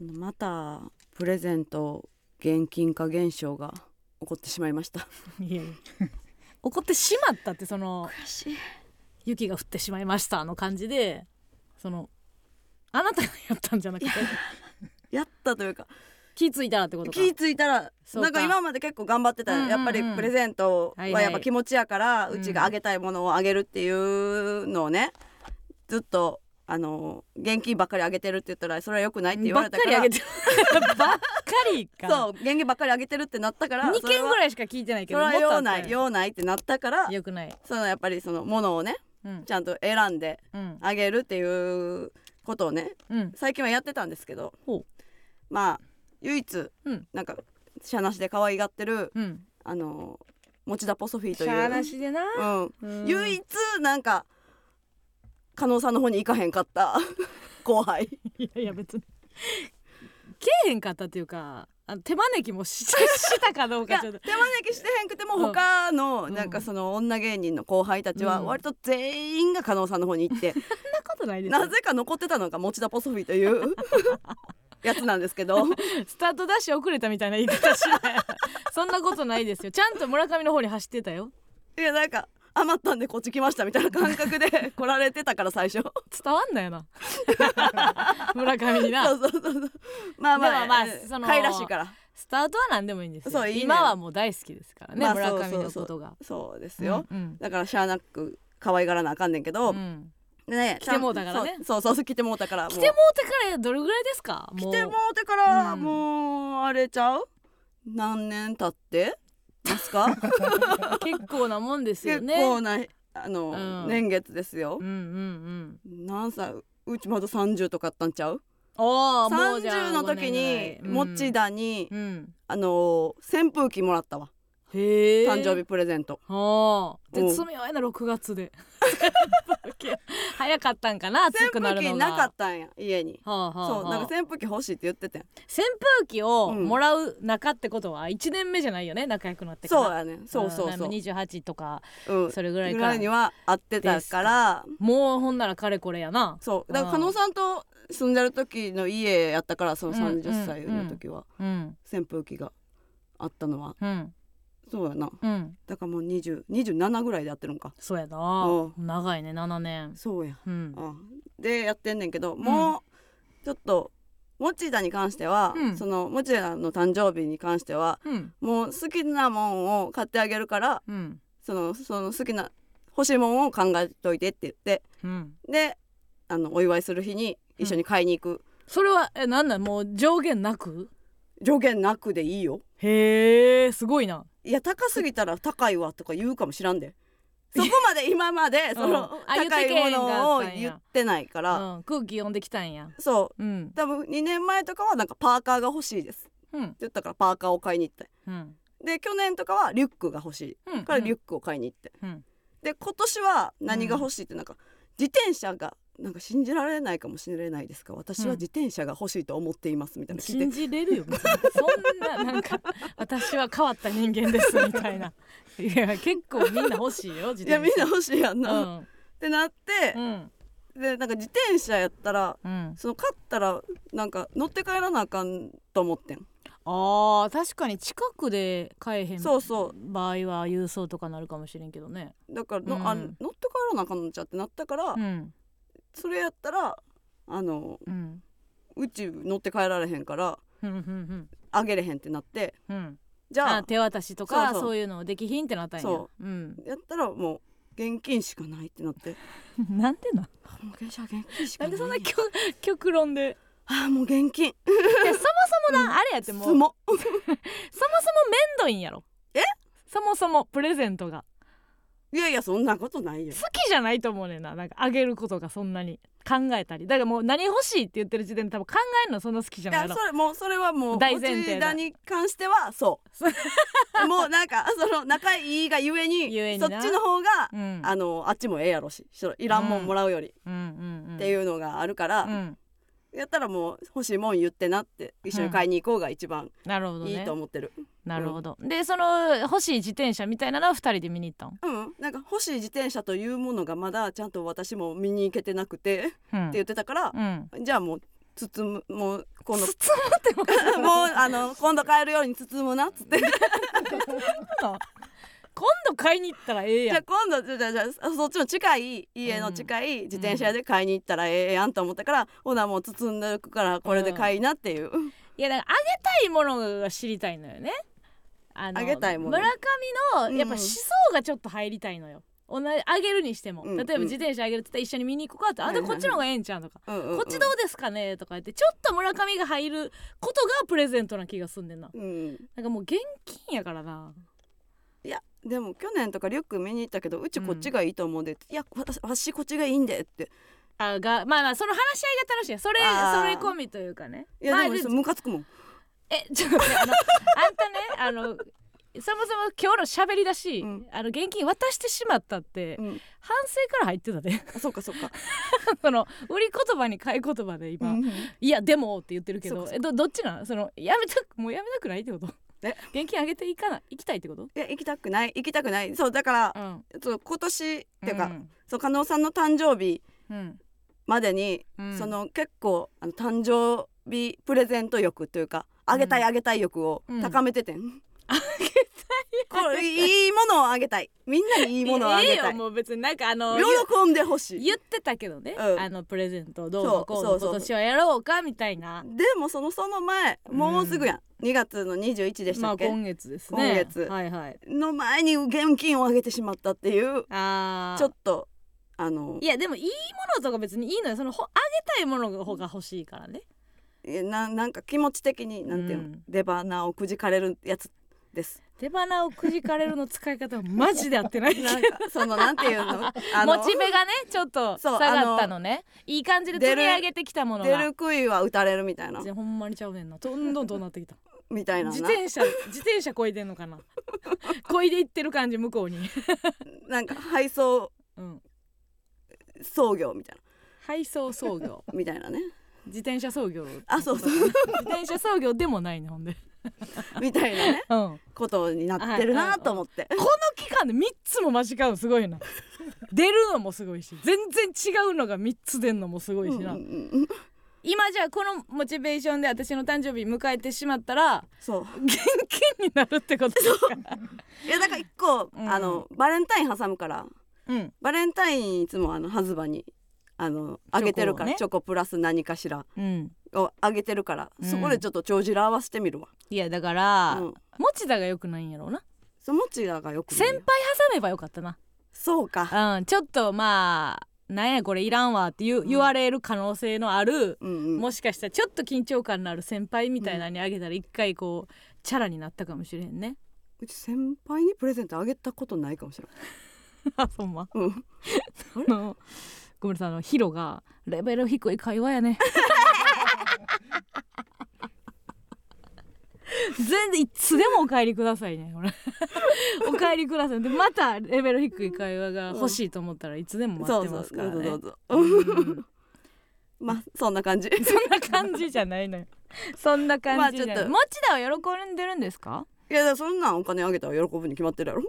またプレゼント現金化現象が起こってしまいましたいやいや怒ってしまったってそのしい雪が降ってしまいましたの感じでそのあなたがやったんじゃなくてやったというか気付いたらってことか気ぃついたらそうなかんか今まで結構頑張ってた、うんうんうんやっぱりプレゼントはやっぱ気持ちやから、いはいううちがあげたいものをあげるっていうのをねずっとあの現金ばっかりあげてるって言ったらそれは良くないって言わればったかかりらあげてるばっかりかそう現金ばっかりあげてるってなったから2件ぐいらいしか聞いてないそけれどは用ないよ用ないってなったからよくないそのやっぱりそのものをねうんちゃんと選んでうんあげるっていうことをねうん最近はやってたんですけどほまあ唯一、うんなんかしゃなしで可愛がってるうんあの持田ポソフィーとしゃあないう、しでな、うんうん唯一なんか加納さんの方に行かへんかった 後輩いやいや別にけえへんかったっていうかあの手招きもししたかどういやか手ちょっ招ときしてへんくてもうん他のうんなんかその女芸人の後輩たちはうん割と全員が加納さんの方に行 って、そんなことないですよなぜか残ってたのが持田ポソフィーという やつなんですけどスタートダッシュ遅れたみたいな言い方しない そんなことないですよちゃんと村上の方に走ってたよいやなんか余ったんでこっち来ましたみたいな感覚で 来られてたから最初伝わんないよ な村上になそうそうそうそうまあまあでもまあえーそのかいらしいからスタートは何でもいいんですよそういいね今はもう大好きですからね、まあ村そう上そうのそうことがそうですよ、うんだからしゃあなく可愛がらなあかんねんけうど、んうんでね来てもうたからねそうそうそう来てもうたからもう来てもうてからどれぐらいですかも来うてもうてからうんもうあれちゃう何年経ってます か結構なもんですよ結ね構なあの、うん年月ですようん、うん何歳うちまだ30とかあったんちゃううんおーもうじゃあ30の時に持だ田に、うん、うんあの扇風機もらったわへえ誕生日プレゼントはあうん絶妙やな6月で 早かったんかな暑扇くな風るの機がなかったんや家にはあはあそうなんはあか扇風機欲しいって言っててん扇風機をうんもらう仲ってことは1年目じゃないよね仲良くなってからそうやねそうそうそう二十28とかうんそれぐらいぐからいには会ってたからもうほんならかれこれやなそうだから加納さんと住んでる時の家やったからその30歳の時はうん扇風機があったのはうんそうやなうんだからもう20 27ぐらいでやってるんかそうやうなん長いね7年そうやうんあでやってんねんけどもうちょっと持田に関しては、うんその持田の誕生日に関してはうんもう好きなもんを買ってあげるからうんそのその好きな欲しいもんを考えといてって言ってうんであのお祝いする日に一緒に買いに行く、それはえなんなんもう上限なく上限なくでいいよへえすごいないや高すぎたら高いわとか言うかもしらんでそこまで今ま でその、うんあ言って高けえへいもんかったんやのを言ってないから、うん空気読んできたんやそううん多分2年前とかはなんかパーカーが欲しいですってうん言ったからパーカーを買いに行ってうんで去年とかはリュックが欲しういんからリュックを買いに行って、うんで今年は何が欲しいってなんか、自転車がなんか信じられないかもしれないですが私は自転車が欲しいと思っていますみたいなの聞いて、信じれるよ別にそんななんか 私は変わった人間ですみたいない や結構みんな欲しいよ自いやみ転んな車欲しいやんな、っうんてなってう、んでなんか自転車やったらうんその買ったらなんか乗って帰らなあかんと思ってんあー確かに近くで買えへんそうそう場合は郵送とかなるかもしれんけどねだからの、うんあ乗って帰らなあかんのちゃってなったから、うんそれやったらあのうんうち乗って帰られへんからうんうんあげれへんってなってうんうんじゃああ手渡しとそかうそそうういうのできひんってなったんやそうん、やったらもう現金しかないってなって なんでなあもう現金現金しかなんないでそんなや極極論であもう現金いやそもそもな、あれやって相もうそも撲そもめんどいんやろえそもそもプレゼントがいやいやそんなことないよ好きじゃないと思うねんななんかあげることがそんなに考えたりだからもう何欲しいって言ってる時点で多分考えるのそんな好きいじゃなやいやろそれもうそれはもう大前提持だ田に関してはそう もうなんかその仲いいがゆえにゆえにそっなちの方が、うんうんあのあっちもええやろししろいらんもんもらうより、うんうんっていうのがあるから、うんやったらもう欲しいもん言ってなって一緒に買いに行こうが一番なるほどいいねと思ってる、なるほどでその欲しい自転車みたいなのは2人で見に行ったんうん、なんか欲しい自転車というものがまだちゃんと私も見に行けてなくてってうん言ってたから、うんじゃあもう包むもう今度包まってます もうあの今度買えるように包むなっつって今度買いに行ったらええじゃやあん今度じゃあじゃあじゃあそっちの近い家の近い自転車屋で買いに行ったらええやんと思ったから、ほなもう包んでおくからこれで買いなっていう、いやだからあげたいものが知りたいのよねあのあげたいもの村上のやっぱうん思想がちょっと入りたいのよ、同じあげるにしても、うん例えば自転車あげるって言ったら一緒に見に行こうかって、はいはいあはいでこっちの方がええんちゃうとか、うんうんうんこっちどうですかねとか言ってちょっと村上が入ることがプレゼントな気がすんねんなうんなんかもう現金やからないやでも去年とかリュック見に行ったけどうちこっちがいいと思うんで、いや私私こっちがいいんでってあがまあまあその話し合いが楽しいよそれあーそれ込みというかねいやまあでもそうムカつくもんえちょっと待ってあのあんたねあのそもそも今日の喋りだし、うんあの現金渡してしまったって、うん反省から入ってたで あそうかそうか、その売り言葉に買い言葉で今、うんいやでもって言ってるけどそうかそうえどどっちなんそのやめたくもうやめたくないってことえ現金あげていかない行きたいってこといや行きたくない行きたくないそうだからうんそう今年っていううか、んそう加納さんの誕生日うんまでに、うんその結構あの誕生日プレゼント欲というかあげたいうんあげたい欲をうん高めててん、これいいものをあげたいみんなにいいものをあげええたよいもう別になんかあの喜んでほしい言ってたけどね、うんあのプレゼントをどうそうのこうのそうそう今年はやろうかみたいなでもそのその前もうすぐやん、2月の21でしまたっあけ、今月ですね今月はいはいの前に現金をあげてしまったっていうあーちょっとあのいやでもいいものとか別にいいのよそのほあげたいものの方が欲しいからねななんか気持ち的になんていうの、うん出花をくじかれるやつ です手花をくじかれるの使い方はマジで合ってないなんかそのなんていう のあのモチベがねちょっとそう下がったのねいい感じで積み上げてきたもの出がる杭は打たれるみたいな全然ほんまにちゃうねんなどんどんどうなって きたみたいな自な転車自転車こいでん のかなこいでいってる感じ向こうに、なんか配送うん、創業みたい配送操業なみたいなね自転車操業あそうそう 自転車操業でもない ねほんで、みたいなねうん、このことになってるなと思って期間で3つも間違うのすごいな出るのもすごいし全然違うのが3つ出んのもすごいしな、うんうんうん今じゃあこのモチベーションで私の誕生日迎えてしまったらそう現 金になるってことですかいやだから一個、うんあのバレンタイン挟むからうんバレンタインいつもあのハズバにあのあげてるからチョ,、チコプラス何かしらうんをあげてるから、うんそこでちょっと帳尻合わせてみるわ。いやだから、うん、持田が良くないんやろうなそもちらがよくな先い輩挟めばよかったなそうか。うんちょっとまあなんやこれいらんわって言,、う言われる可能性のある、うんうん。もしかしたらちょっと緊張感のある先輩みたいなのにあげたら一回こうチャラになったかもしれへんねうち先輩にプレゼントあげたことないかもしれない。 あほんまうん。あのごめんなさいあのヒロがレベル低い会話や ね全然いつでもお帰りくださいねこれ お帰りくださいでまたレベル低い会話が欲しいと思ったらいつでもそ待うってそう。ますどからうぞねどうぞ。うんまあそんな感 じ。そんな感じじゃないのよ そんな感じじゃない、まあちょっと持田は喜んでるんですかいやだからそんなんお金あげたら喜ぶに決まってるや ろ。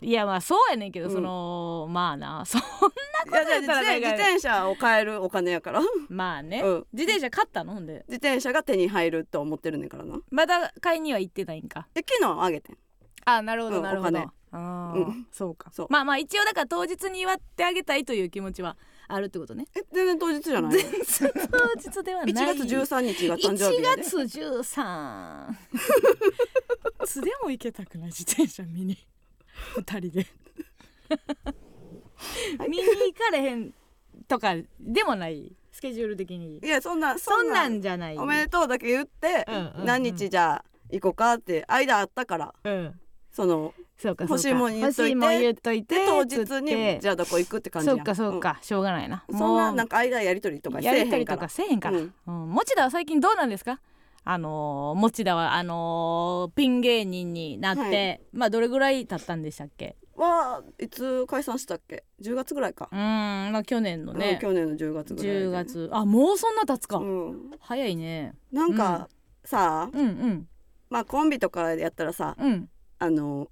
いやまあそうやねんけど、うんそのまあなそんいなこやとやっ自たら転自転車を買えるお金やから。うまあね、ん。自転車買ったのほんで自転車が手に入ると思ってるねんからな。まだ買いには行ってないんかで昨日あげてん。あなるほうどんなるほど、おあ金あー、うんそうかそうまあまあ一応だから当日に祝ってあげたいという気持ちはあるってこと ねえ全然当日じゃない。全然当日では一ない月十三日が誕生日やで。 1月13いつでも行けたくない自転車見に2人で見に行かれへんとかでもないスケジュール的にいやそんなそんなんじゃないおめでとうだけ言って、うんうんうん何日じゃあ行こうかって間あったからうんそのそうかそうか欲しいもん言っといて欲しいもん言っといてで当日つってにじゃあどこ行くって感じやそうかそう、か、しょうがないなうんそんなもうなんか間やりとりとかせえやへりとんりかとらかせえへんから、ううんん持田は最近どうなんですかあのー、持田はあのー、ピン芸人になって、はいまあどれぐらい経ったんでしたっけはいつ解散したっけ10月ぐらいか、うーんまあ去年のうんね、去年の10月ぐらいで10月あもうそんな経つか、うん、早いねなんか、さあうんうんまあコンビとかやったらさうんあの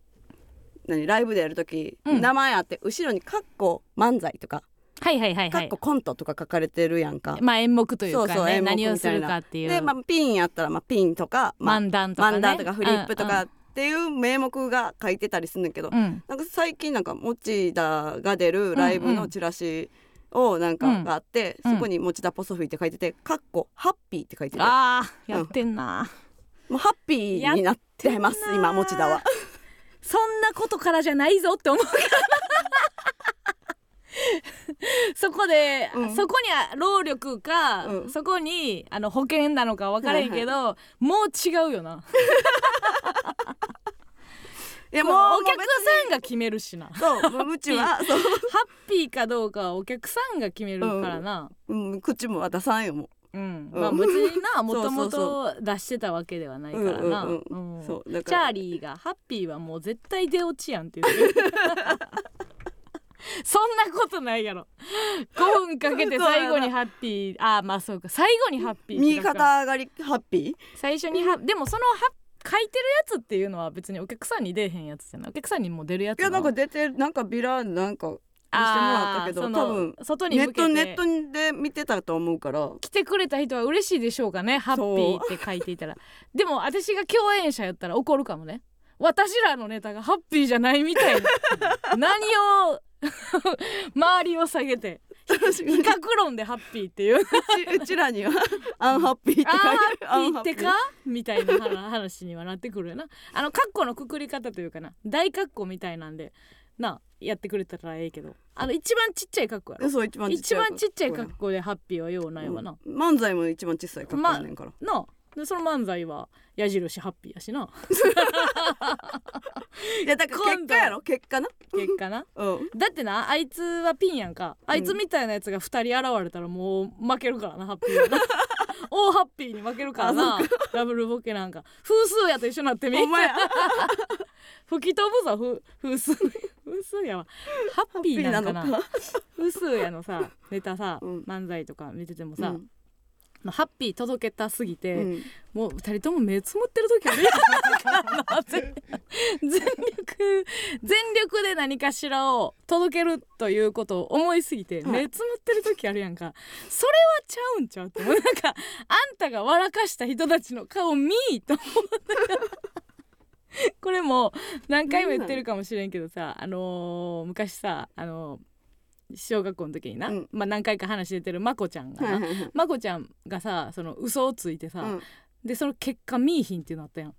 何ライブでやる時、うん名前あって後ろに「かっこ漫才」とかはいはいはいかはっいこコントとか書かれてるやんか。まあ演目というかねそうそう演目みたい何なをするかっていうで、まあ、ピンやったら、まあ、ピンとか、まあ、漫談とか、ね、漫談とかフリップとかうっていう名目が書いてたりするんだけど、んうん、うんなんか最近なんか持田が出るライブのチラシをなんうんうかんがあって、うんそこに持田ポソフィって書いてて「かっこハッピー」って書いててもあーやってんな、うハッピーになってますやってんな今持田は。そんなことからじゃないぞって思うから そこで、うんそこにあ労力か、うんそこにあの保険なのか分からへんけど、もう違うよないやももううお客さんが決めるしなハもう別にそうもううちはそうッピーかどうかはお客さんが決めるからな、うん、口も出さんよもうんうんまあ別に なもそうとそもうそと出してたわけではないからな、うんうう、んそうだチャかーらリーが「ハッピーはもう絶対出落ちやん」って言ってる そんなことないやろ5分かけて最後にハッピーあーまあそうか最後にハッピーって右書くか肩上がりハッピ最初にハでもそのハ書いてるやつっていうのは別にお客さんに出えへんやつじゃないお客さんにも出るやつーいやなんか出てるなんかビラなんかしてもらったけどあーそ多の分外にネ向ッけてトネットで見てたと思う から来てくれた人は嬉しいでしょうかねハッピーって書いていたらでも私が共演者やったら怒るかもね私らのネタがハッピーじゃないみた いな何を周りを下げて確か比に較論でハッピーっていううちうちら にはアンハッピーって書いあーてるハッピーってかみたいな話話にはなってくるよなあのカッコのくくり方というかな大カッコみたいなんでなやってくれたらええけどあの一番ちっちゃいカッコやろそう一番ちっ一ちゃい番ちっちゃいカッコでハッピーはようないわな、うん漫才も一番小さい格好やねんから、なあでその漫才は矢印ハッピーやしないやだから結果やろ結果な結果なうんだってなあいつはピンやんかあいつみたいなやつが2人現れたらもう負けるからなハッピ ーはな大ハッピーに負けるからなダブルボケなんか風数やと一緒になってみお前ハ吹き飛ぶぞふ風数風数やわハッッピピーーななんかのなか風数やのさネタさ、うん漫才とか見ててもさ、うんまあハッピー届けたすぎて、うんもう二人とも目つむってる時はね 全全力全力で何かしらを届けるということを思いすぎはてい目つむってる時あるやんかそれはちゃうんちゃうって思うなんかあんたが笑かした人たちの顔見いと思ったこれも何回も言ってるかもしれんけどさあのー昔さあのー小学校の時にな、うんまあ何回か話出てるまこちゃんがはいな、はいはいまこちゃんがさその嘘をついてさ、うんでその結果見いひんっていうのあった やん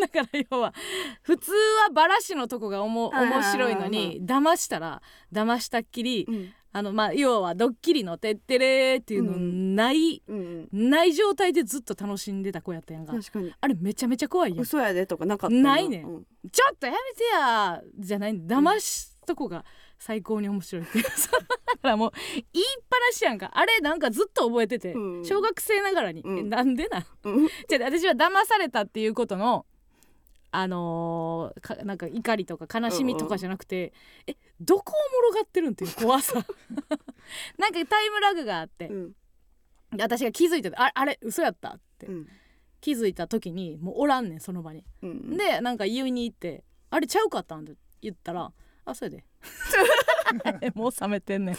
だから要は普通はバラシのとこがおもはいはい面はい白はいいのに騙したら騙したっきりうんあのまあ要はドッキリの「てってれ」っていうのない、うんない状態でずっと楽しんでた子やったやんか確かにあれめちゃめちゃ怖いやんちょ嘘やでとかなかったないねんうんっとやめてやじゃない騙すとこが最高に面白い っていうそうだからもう言いっぱなしやんかあれなんかずっと覚えてて、うん小学生ながらに、うんえなんでなんうん じゃあ私は騙されたっていうことのあのーかなんか怒りとか悲しみとかじゃなくて、えどこをもろがってるんっていう怖さ なんかタイムラグがあってう、んで私が気づいててああれ嘘やったって、うん気づいた時にもうおらんねんその場に、うんでなんか言いに行って「あれちゃうかったん?」って言ったら「あそれで」 もう冷めてんねん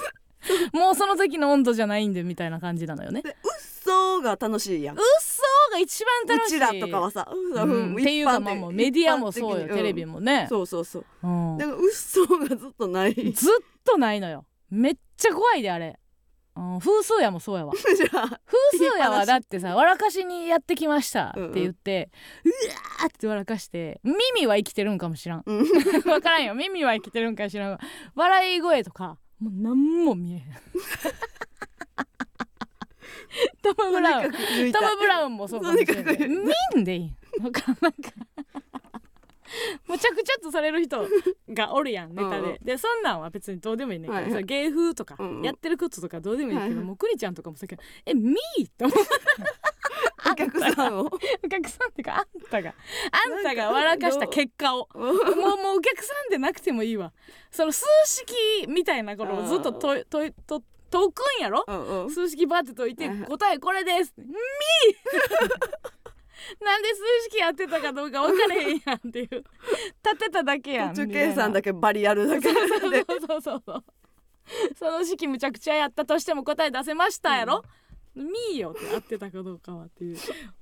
もうその時の温度じゃないんでみたいな感じなのよねで嘘が楽しいやんう嘘が一番楽しいちうらとかはさ嘘うん、っていうかまあもうメディアもそうよ、テレビももね、そうそうそううんだから嘘がずっと ないじずっとないのよめっちゃ怖いであれ、うん、風数屋もそうやわゃあ風数屋はだってさ笑かしにやってきましたって言って、うわーって笑かして耳は生きてるんかもしらんうんわからんよ耳は生きてるんか知らんわ笑い声とかもう何も 見えへんトム・ブラウンとにかく抜いたトム・ブラウンもそうかもしれないとにかく見んでいいなんかなんかむちゃくちゃとされる人がおるやんネタうんで、うんでそんなんは別にどうでもいいねんけど、はいはいそれ芸風とかうんうんやってることとかどうでもいいけど、はいはいもうクリちゃんとかもさっきからえミーと思うお客さんをお客さんっていうかあんたがあんたが笑かした結果を。う もうもうお客さんでなくてもいいわその数式みたいなことをずっとととと解くんやろ、んうん数式バーって解いてはいはい答えこれです。み なんで数式やってたかどうか分からへんやんっていう立てただけやん途中計算だけけバリアルだけ そうでそうそうそうその時期むちゃくちゃやったとしても答え出せましたやろ、みーよって合ってたかどうかはっていう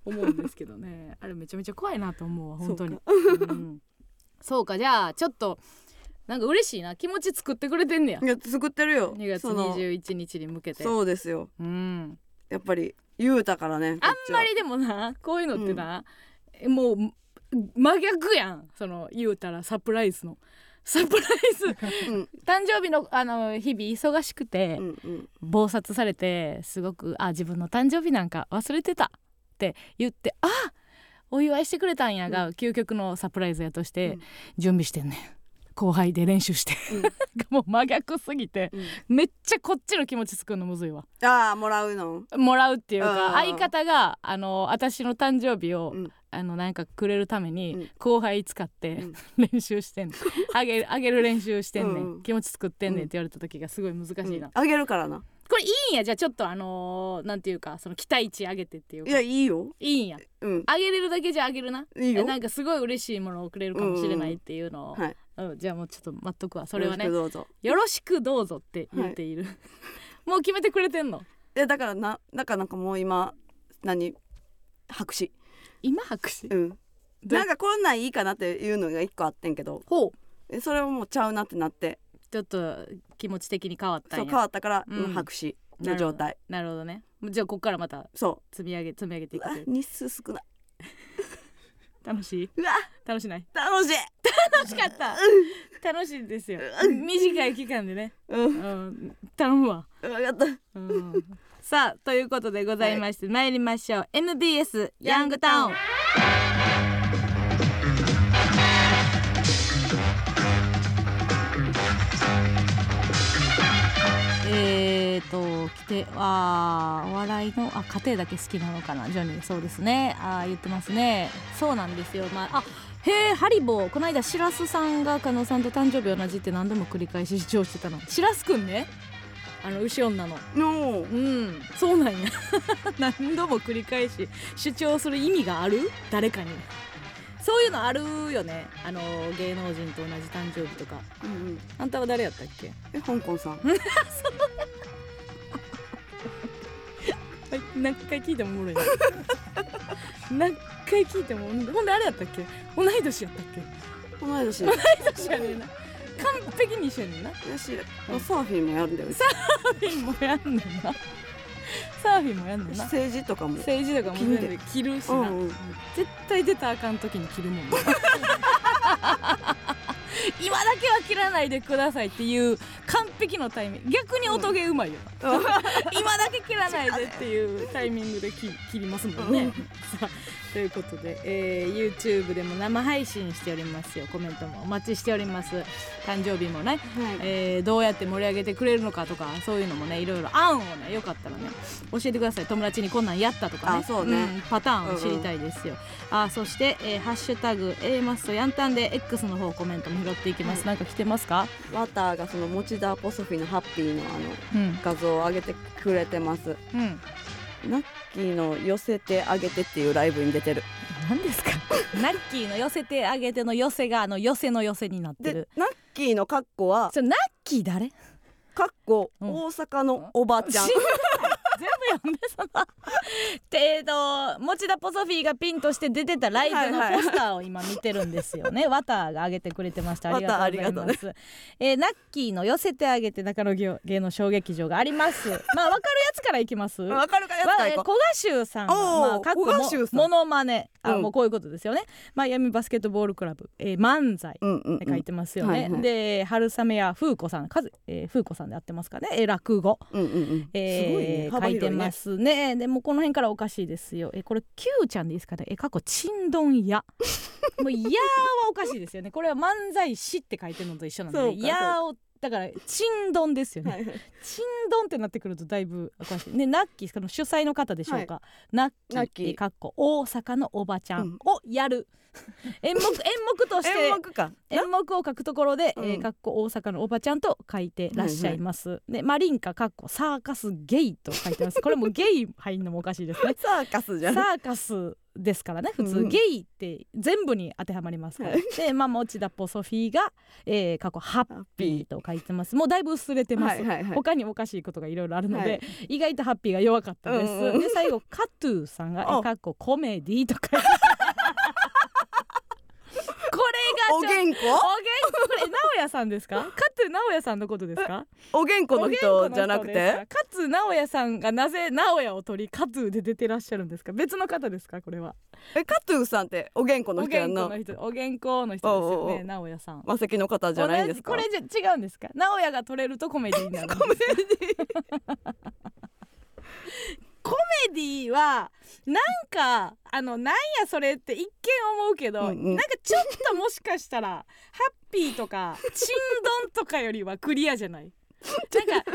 思うんですけど ねあれめちゃめちゃ怖いなと思うわ本当に うんそうかじゃあちょっとなんか嬉しいな気持ち作ってくれてんねやいや作ってるよ2月その21日に向けてそうですようんやっぱり言うたからねあんまりりでもなこういうのってな、もう真逆やんその言うたらサプライズのサプライズ うん誕生日のあの日々忙しくてう、んうん暴殺されてすごく「あ自分の誕生日なんか忘れてた」って言って「あお祝いしてくれたんやが」究極のサプライズやとして、うん準備してんねん後輩で練習して、うん もう真逆すぎてうんめっちゃこっちの気持ち作るのむずいわああもらうのもらうっていうかあー相方があの私の誕生日を、うんあのなんかくれるために、うん後輩使って、 練習してんねんあげるあげる練習してんねん、うん気持ち作ってんねんって言われた時がすごい難しいな、うんあげるからなこれいいんやじゃあちょっとあのーなんていうかその期待値上げてっていういかいやいいよいんやうん上げれるだけじゃ上げるないいよなんかすごい嬉しいものをくれるかもしれないっていうのを、はいうんじゃあもうちょっと待っとくわそれはねよろしくどうぞよろしくどうぞって言っている、もう決めてくれてんのいやだからなだからなんかもう今何白紙今白紙うんどなんかこんなんいいかなっていうのが一個あってんけどほうえそれをもうちゃうなってなってちょっと気持ち的に変わったんそうや変わったから、うんうん白紙の状態なるほどねもうじゃあここからまたそ積み上げ積み上げてういうくわという日数少ない楽しいうわ楽しない楽しい楽しかった楽しいですようん短い期間でね、うんうん、頼むわ分かったうんさあということでございまして、参りましょう MBS ヤングタウンえーと来てあーお笑いのあ家庭だけ好きなのかなジョニーそうですねあー言ってますねそうなんですよまああへえハリボーこの間しらすさんが加納さんと誕生日同じって何度も繰り返し主張してたのしらすくんねあの牛女ののうんそうなんや 何度も繰り返し主張する意味がある誰かにそういうのあるよねあの芸能人と同じ誕生日とかうんうんあんたは誰やったっけえ香港さんはい何回聞いてもおもろいな 何回聞いてもほんでほんであれやったっけ同い年やったっこの間しけ同い年やねんな完璧に一緒やねんなやしサーフィンもやるんだよねサーフィンもやんねんなサーフィンもやんねんな政治とかも政治とかも全部着るしな、うんうん絶対出たらあかん時に着るもんな 今だけは切らないでくださいっていう完璧のタイミング逆に音ゲーうまいよ、今だけ切らないでっていうタイミングで切切りますもんね、うんさあということで、えー YouTube でも生配信しておりますよコメントもお待ちしております誕生日もねはいえーどうやって盛り上げてくれるのかとかそういうのもねいろいろ案をねよかったらね教えてください友達にこんなんやったとかねあそうねんパターンを知りたいですよ、あそして、えーハッシュタグ A マストヤンタンで X の方コメントも拾っていきまはす、いなんか来てますかワターがその持田ポソフィのハッピーのあのうん画像を上げてくれてますうんナッキーの寄せてあげてっていうライブに出てる何ですか ナッキーの寄せてあげての寄せがあの寄せの寄せになってでるナッキーのカッコはそれナッキー誰カッコうん大阪のおばちゃん知らない全部読んでその 程度持田ポソフィーがピンとして出てたライブはいのはポいスターを今見てるんです よね、ワターが上げてくれてましたありワターあがとりうござがいとうまねす、えーナッキーの寄せてあげて中野芸芸能小劇場があ りますまあわかるやつからいきますわかるかやわつかえいーこ古賀修さんが、おーまあ、かっこ古賀シュウさんもモノマネあ、うんもうこういうことですよねマイアミバスケットボールクラブ、えー漫才ううんうんって書いてますよね、はいはいで春雨や風子さんかず、えー、風子さんで合ってますかね、えー落語うんうんうんすごいえねー書幅いて広いまねすねでもうこの辺からおかしいですよえーこれ Q ちゃんでいいですかねえー過去ちんどん やもうやーはおかしいですよねこれは漫才師って書いてるのと一緒なんそうでかそうやーをだからちんどんですよね、はいはいちんどんってなってくるとだいぶおかしいねナッキーその主催の方でしょうか、ナッキーナッキーえーかっこ大阪のおばちゃうんんをやる、 演目演目として演目か演目を書くところで、うんえーかっこ大阪のおばちゃんと書いてらっしゃいます、でマリンカかっこサーカスゲイと書いてますこれもゲイ入るのもおかしいですねサーカスじサゃんーカスですからね普通、うんゲイって全部に当てはまりますから、はいでママ落ちだっぽソフィーが、えー過去ハッハッピーと書いてますもうだいぶ薄れてます、はいはいはい他におかしいことがいろいろあるので、はい意外とハッピーが弱かったです、うんうんで最後カトゥーさんがあ「えかっこコメディ」と書いて ますこおれがちょっ元とお元気これ直哉さんですかカトゥー直哉さんのことですか子お元気のお人元気じゃなくの人ですてかカツ直哉さんがなぜ直哉を取りカツで出てらっしゃるんですか別の方ですかこれはえカトゥーさんってお元気のお人や元ん気なの人お元気の人ですよおうおうおねう直哉さん魔石の方じゃないんですか同じこれじゃ違うんですか直哉が取れるとコメディになるんですコメディはなんかあのなんやそれって一見思うけど、うんうんなんかちょっともしかしたらハッピーとかちんどんとかよりはクリアじゃないなんかちょっとスタンダッ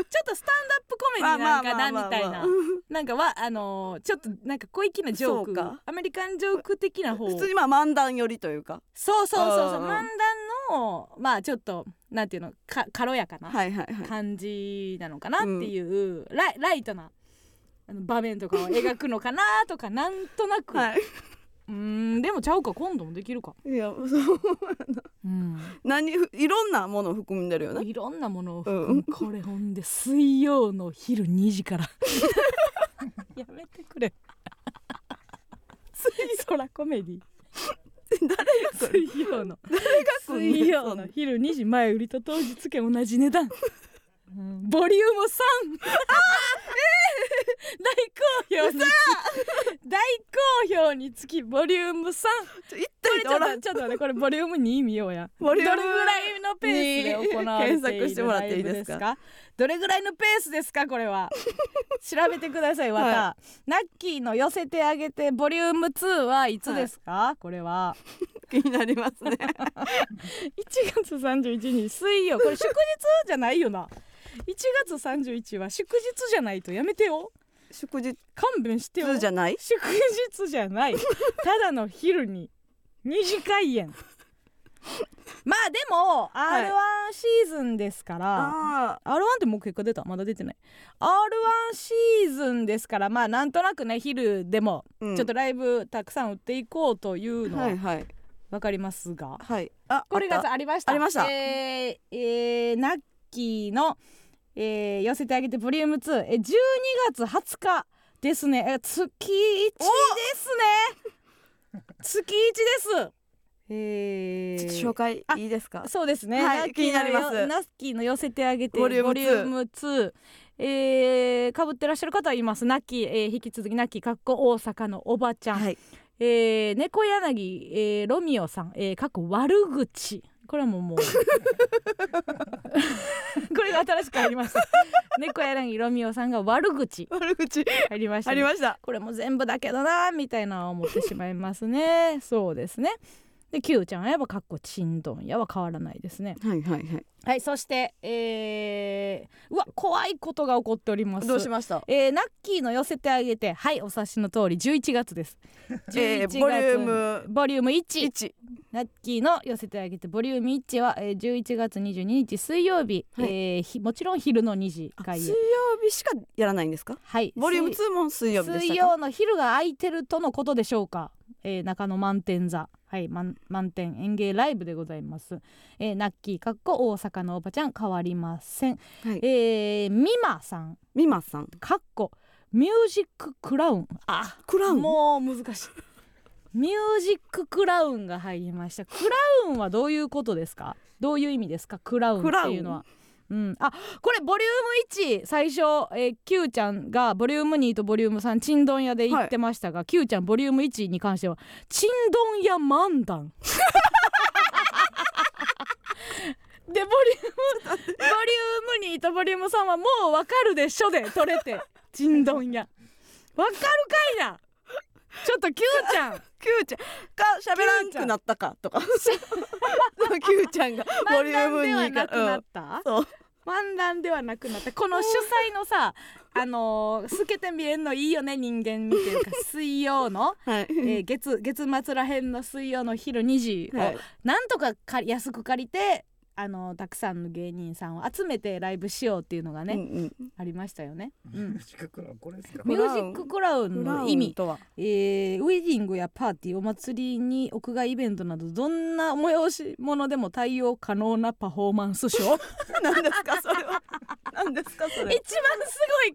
プコメディなんかなみたいななんかはあのーちょっとなんか小粋なジョーそうクかアメリカンジョーク的な方普通にまあ漫談寄りというかそうそうそうそううんうん漫談のまあちょっとなんていうのか軽やかなはいはいはい感じなのかなっていう、ライライトなあの場面とかを描くのかなと かなんとなく、はいうーんでもちゃうか今度もできるか、いやそううん、何ふいろんなものを含んでるよねいろんなものをう含むんこれほんで水曜の昼2時から やめてく れ空コメデ ィそ水曜の来んねん水曜の昼2時前売りと当日券同じ値段、うんボリューム3大好評に大好評につきボリューム3ちょ一こ体れちでょっおらとちょっとねこれボリューム2見ようやボリュームどれぐらいのペースで行われている検索してもらっていいですかライブどれぐらいのペースですかこれは調べてくださいわた、はナッキーの寄せてあげてボリューム2はいつですか、これは気になりますね1月31日水曜これ祝日じゃないよな1月31は祝日じゃないとやめてよ 祝日勘弁してよじゃない祝日じゃないただの昼に二次開演まあでも r い1シーズンですから、あ r 1ってもう結果出たまだ出てない r 1シーズンですからまあなんとなくね昼でもーうんちょっとライブたくさん売っていこうというのははいはいわかりますが、はいあこれあっがたありましたありましたえーえーナッキーの、えー寄せてあげてボリューム2えー12月20日ですねえ月1ですね月1ですえーちょっと紹介いいですかそうですね、はいナッキー気のになりますよナッキーの寄せてあげてボボリリュューームム 2, 2えー、かぶってらっしゃる方はいますナッキー、えー引き続きナッキーかっこ大阪のおばちゃん、はいえー、猫柳、えー、ロミオさん、えー、過去悪口これはもう もうこれが新しく入りました猫柳ロミオさんが悪口悪口入りまし たあね、りましたこれも全部だけどなみたいな思ってしまいます ねそうですねで Q ちゃんはやっぱかっこちんどんやは変わらないですねはいはいはいはいそしてえー、うわ怖いことが起こっておりますどうしましたえー、ナッキーの寄せてあげてはいお察しの通り11月ですえーボリュームボリューム1 1ナッキーの寄せてあげてボリューム1は、えー、11月22日水曜日、はいえーひもちろん昼の2時開水演曜日しかやらないんですかはいボリューム2も水曜日でした水か曜の昼が空いてるとのことでしょうか、えー中野満点座はい満満点園芸ライブでございます、えーナッキーかっこ大阪のおばちゃん変わりません、はいえーミマさんみまさんかっこミュージッククラウンあクラウンもう難しいミュージッククラウンが入りましたクラウンはどういうことですかどういう意味ですかクラウンっていうのはうん、あこれボリューム1最初、えー、Q ちゃんがボリューム2とボリューム3ちんどん屋で言ってましたが、Q ちゃんボリューム1に関してはちんどん屋漫談でボリュームボリューム2とボリューム3はもうわかるでしょで取れてちんどん屋わかるかいなちょっと Q ちゃんキューちゃんか喋らんくなったかとかキューちゃん が ボリューム漫談では2なくなかった、そう漫談ではなくなったこの主催のさあのー透けて見えんのいいよね人間見て いうか水曜の、はいえー月月末らへんの水曜の昼2時を、はいなんとかか安く借りてあのたくさんの芸人さんを集めてライブしようっていうのがね、うんありましたよね。ううんん、近くのこれですかみミクュラーウンジッククラウうンん、の意味とはえーウェディングやパーティーお祭りに屋外イベントなどどんな催し物でも対応可能なパフォーマンスショー一番す何ですかそれは何ですかそれごい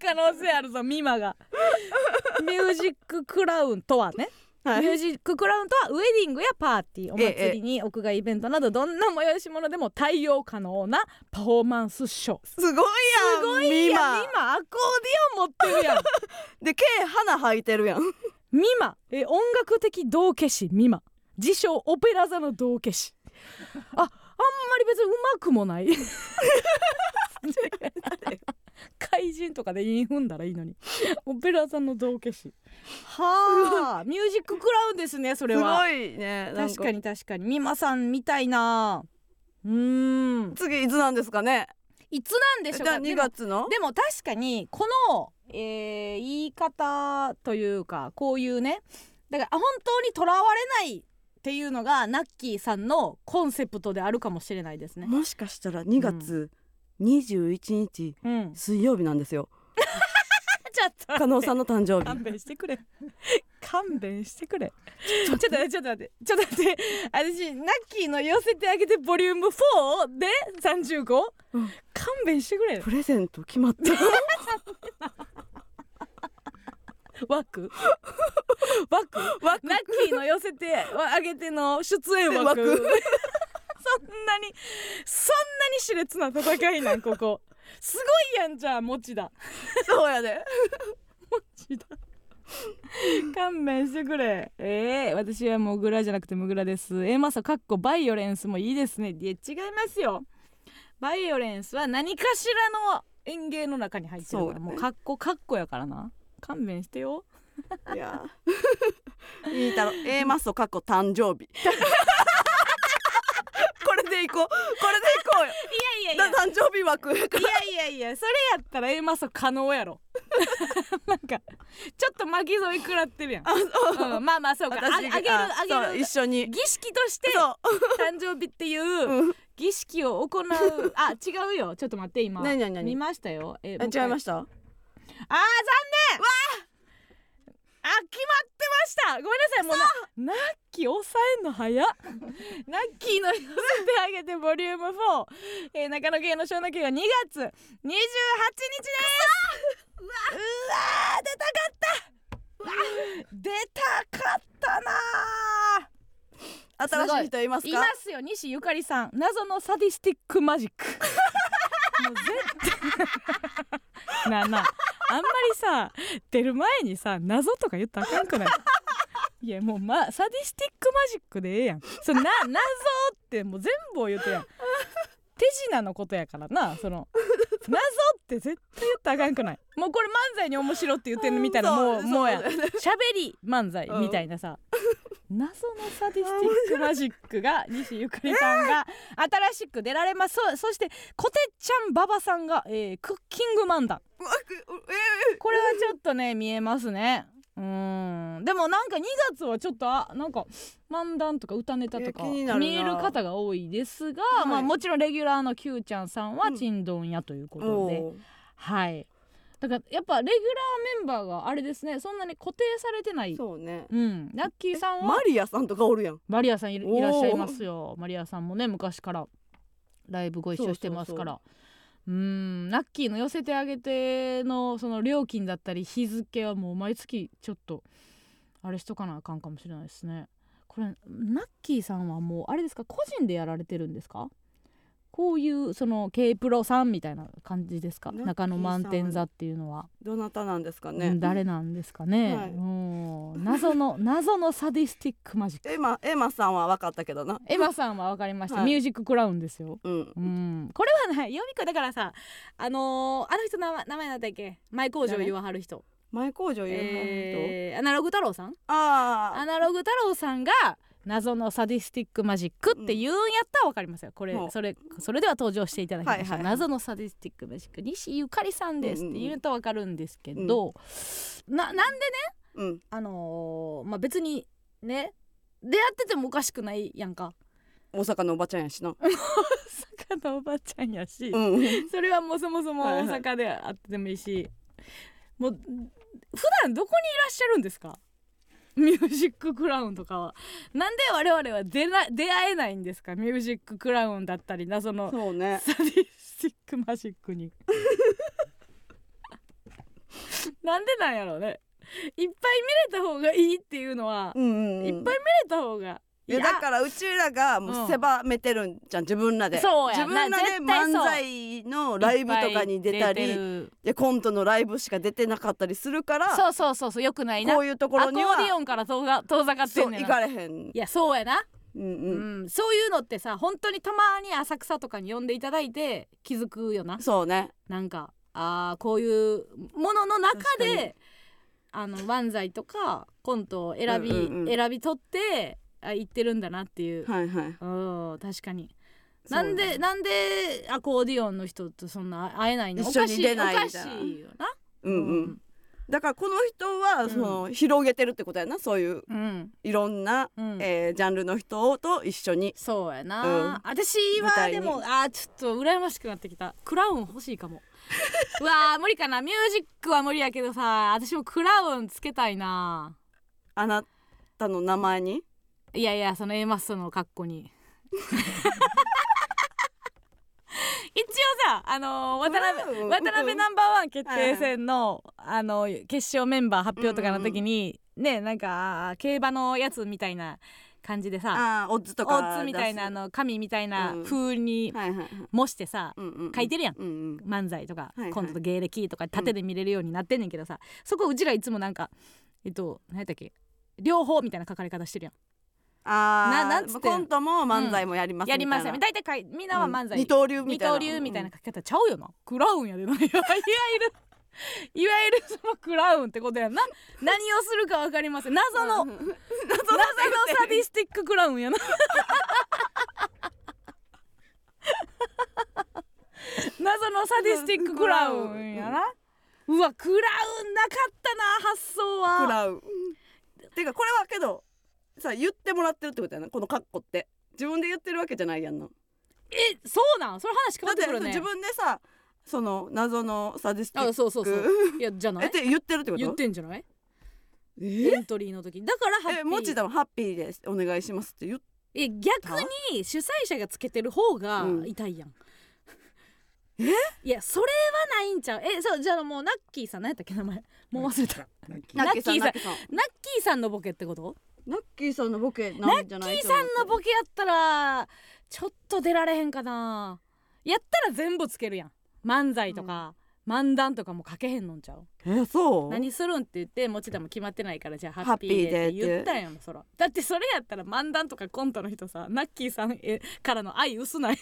可能性あるぞミマがミュージッククラウンとはね、はいミュージッククラウンとはウェディングやパーティーお祭りに屋外イベントなどどんな催し物でも対応可能なパフォーマンスショーすごいやんすごいいやミマアコーディオン持ってるやんで K 花履いてるやんミマえ音楽的道化師ミマ自称オペラ座の道化師ああんまり別にうまくもない 怪人とかで韻踏んだらいいのにオペラ座の道化師はあミュージッククラウンですねそれすはごいね確かにに確かにミマさんみたいなうーん次いつなんですかねいつなんでしょうか2でも月のでも確かにこの、えー言い方というかこういうねだから本当にとらわれないっていうのがナッキーさんのコンセプトであるかもしれないですね。もしかしたら2月21日うん、ち水曜日なんですよょっと加納さんの誕生日勘弁してくれ勘弁してくれちょっと待ってちょっと待ってちょっと待って私ナッキーの寄せてあげてボリューム4で 35?、うん勘弁してくれプレゼント決まった 枠枠枠ナッキーの寄せてあげての出演枠枠 そんなにそんなに熾烈な戦いなんここすごいやんじゃあ持ちだそうやで持ちだ勘弁してくれえー、私はモグラじゃなくてムグラですえー、まさかっこバイオレンスもいいですねいや違いますよバイオレンスは何かしらの演芸の中に入ってるからそうもうかっこかっこやからな勘弁してよいやーいいだろ A マッソ過去誕生 日これでいこうこれでいこうよいやいやいやだ誕生日枠やからいやいやいやそれやったら A マッソ可能やろ なんかちょっと巻き添え食らってるやん、うんまあまあそうかああ私げるがあげそうる一緒に儀式としてそ誕生日っていうう、うん儀式 を行うあ違うよちょっと待って今何何何見ましたよええ違いまししたあたあー残念わあ決まってましたごめんなさいもうなナッキー抑えんの早っ ナッキーの寄せてあげてボリューム4、えー、中野芸の小野球が2月28日ですうわうわー出たかった出たかったなー新しい人いますいかますよ西ゆかりさん謎のサディスティックマジッ クもう絶対なあなああんまりさ出る前にさ謎とか言ったらあかんくないいやもう、ま、サディスティックマジックでええやんそのな謎ってもう全部を言うてやん手品のことやからなその謎って絶対言ったらあかんくないもうこれ漫才に面白って言ってるみたいなもそううもうやそう喋り漫才みたいなさ、謎のサディスティックマジックが西ゆかりさんが新しく出られますそうそしてこてっちゃんばばさんが、えークッキング漫談枠えこれはちょっとね見えますねうーんでもなんか2月はちょっとあなんか漫談とか歌ネタとかいや気になるな見える方が多いですが、いまあ、もちろんレギュラーの Q ちゃんさんはうんちんどん屋というこーとで、おーはいだからやっぱレギュラーメンバーがあれですねそんなに固定されてないそうねうん、ラッキーさんはマリアさんとかおるやんマリアさんいるおーいらっしゃいますよマリアさんもね昔からライブご一緒してますからうーんラッキーの寄せてあげてのその料金だったり日付はもう毎月ちょっとあれしとかなあかんかもしれないですねこれナッキーさんはもうあれですか個人でやられてるんですかこういうその K プロさんみたいな感じですかナッキーさん中野満点座っていうのはどなたなんですかね誰なんですかね、はいうん謎の謎のサディスティックマジックエマエマさんは分かったけどなエマさんは分かりました、はいミュージッククラウンですようんうん これはね読み子だからさあのーあの人名前名前なんだっけ前工場言わはる人、前工場言うの、えー、アナログ太郎さんアあナログ太郎さんが謎のサディスティックマジックって言うんやったら分かりますよこれ、うんそれそれでは登場していただきましょう、はいはいはい謎のサディスティックマジック西ゆかりさんですって言うと分かるんですけど、ななんであうんあのーまあ別に ね出会っててもおかしくないやんか大阪のおばちゃんやしな大阪阪のおばちゃんやし、 うんそれはもうそもそもはい大はい阪であってでもいいし、もう普段どこにいらっしゃるんですかミュージッククラウンとかはなんで我々は出な出会えないんですかミュージッククラウンだったり謎のそうねサディスティックマジッ クになんでなんやろうねいっぱい見れた方がいいっていうのは、うんうんうんいっぱい見れた方がいやだからうちらがもう狭めてるんじゃん、自分らでそう自やん分らでな絶対漫そう才のライブとかに出たいっぱい出てりるでコントのライブしか出てなかったりするからそうそうそうそうよくないなこういうところにアコーディはオンから遠ざ遠ざかってそんうねん行なかれへんいやそうやな、うんううんんそういうのってさ本当にたまに浅草とかに呼んでいただいて気づくよなそうねなんかあーこういうものの中確かであの漫才とかコントを選び、うんうんうん選び取ってあ行ってるんだなっていう、はいはいうん確かにそうなんでなんでアコーディオンの人とそんな会えないのお一緒かにしい出おないかみしたいないよな、うんうんだからこの人はんその広げてるってことやなそういううんうんいろんなうんえージャンルの人と一緒にそうやな、うん私舞は台にでもあーちょっと羨ましくなってきたクラウン欲しいかも うわー無理かなミュージックは無理やけどさ私もクラウンつけたいなあなたの名前にいやいやその A マッソの格 好に一応さあのー渡クラウ辺ン渡辺ナンバーワン決定戦の、あの決勝メンバー発表とかの時に、ねなんかあー競馬のやつみたいな感じでさあーオッズとオかッズみたいなあ出の紙みたいなうん風にすはいはいはい模してさ、うんうんうん書いてるやんうんうん漫才とか、はいはいコントと芸歴とか縦で見れるようになってんねんけどさ、そこうちらいつもなんかえっと何やったっけ両方みたいな書かれ方してるやんあななななんんつってコントも漫才もやりますやりますよみたい大体かいみんななは漫う才、ん二刀流み二たいな刀流みたいな書き方ちゃうよな、クラウンやでな いわゆるいわゆるそのクラウンってことやんな何をするか分かりません謎のうんうんうん謎の サディスティッククラウンやな謎のサディスティッククラウンやなうわクラウンなかったな発想食はらうてかこれはけどさ言ってもらってるってことやなこの格好って自分で言ってるわけじゃないやんなえそうなんそれ話変だわっっててそくうるね自分でさその謎のサディスティあッそうそうそうクいやじゃな えっいて言ってるってこ言っとてんじゃないえエントリーの時だからハッピえーもちだもハッピーですお願いしますって言っえ逆に主催者がつけてる方がうん痛いやん、えいやそれはないんちゃうえそうじゃあもうナッキーさん何やったっけ名前もう忘れたナッナッキーさんナナッッキーさんキーさんのボケってことナッキーさんのボケなんじゃナなッいキーさんのボケやったらちょっと出られへんかなやったら全部つけるやん漫才とか、漫談とかも書けへんのんちゃうケえそう何するんって言ってもちだも決まってないからじゃあハハッッピピーーででっってて言ったやんそらだってそれやったら漫談とかコントの人さナッキーさんへからの愛薄ない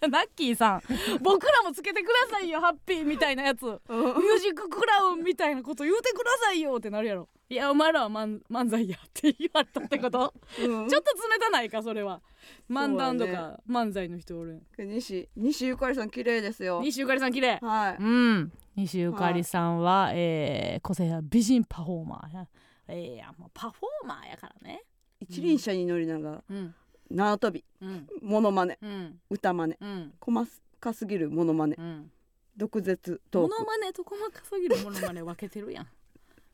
ナッキーさん僕らもつけてくださいよハッピーみたいなやつミュうんージッククラウンみたいなこと言うてくださいよってなるやろいやお前らは漫漫才やって言われたってことうんちょっと冷たないかそれは漫談とそうやか漫才の人おるん西西ゆかりさん綺麗ですよ西ゆかりさん綺麗はいうん、西ゆかりさんは、えー個性派美人パフォーマーや。ええやもうパフォーマーやからね。一輪車に乗りながらうん、縄跳びうん、モノマネうん、歌マネうん、細かすぎるモノマネうん。毒舌トモーノクマネと細かすぎるモノマネ分けてるやん。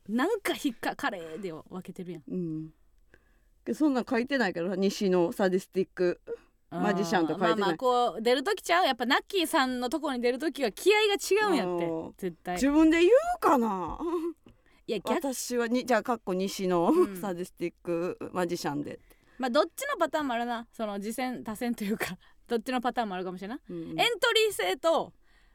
なんか引っかかれで分けてるやん。うんけどそんなん書いてないけど西のサディスティックマジシャンと書いてないあーまあまあこう出る時ちゃうやっぱナッキーさんのとこに出る時は気合が違うんやあっーて絶対自分で言うかないや逆私はにじゃあかっこ西のうんサディスティックマジシャンで、まあどっちのパターンもあるなその次戦多戦というか どっちのパターンもあるかもしれないうんエントリー制と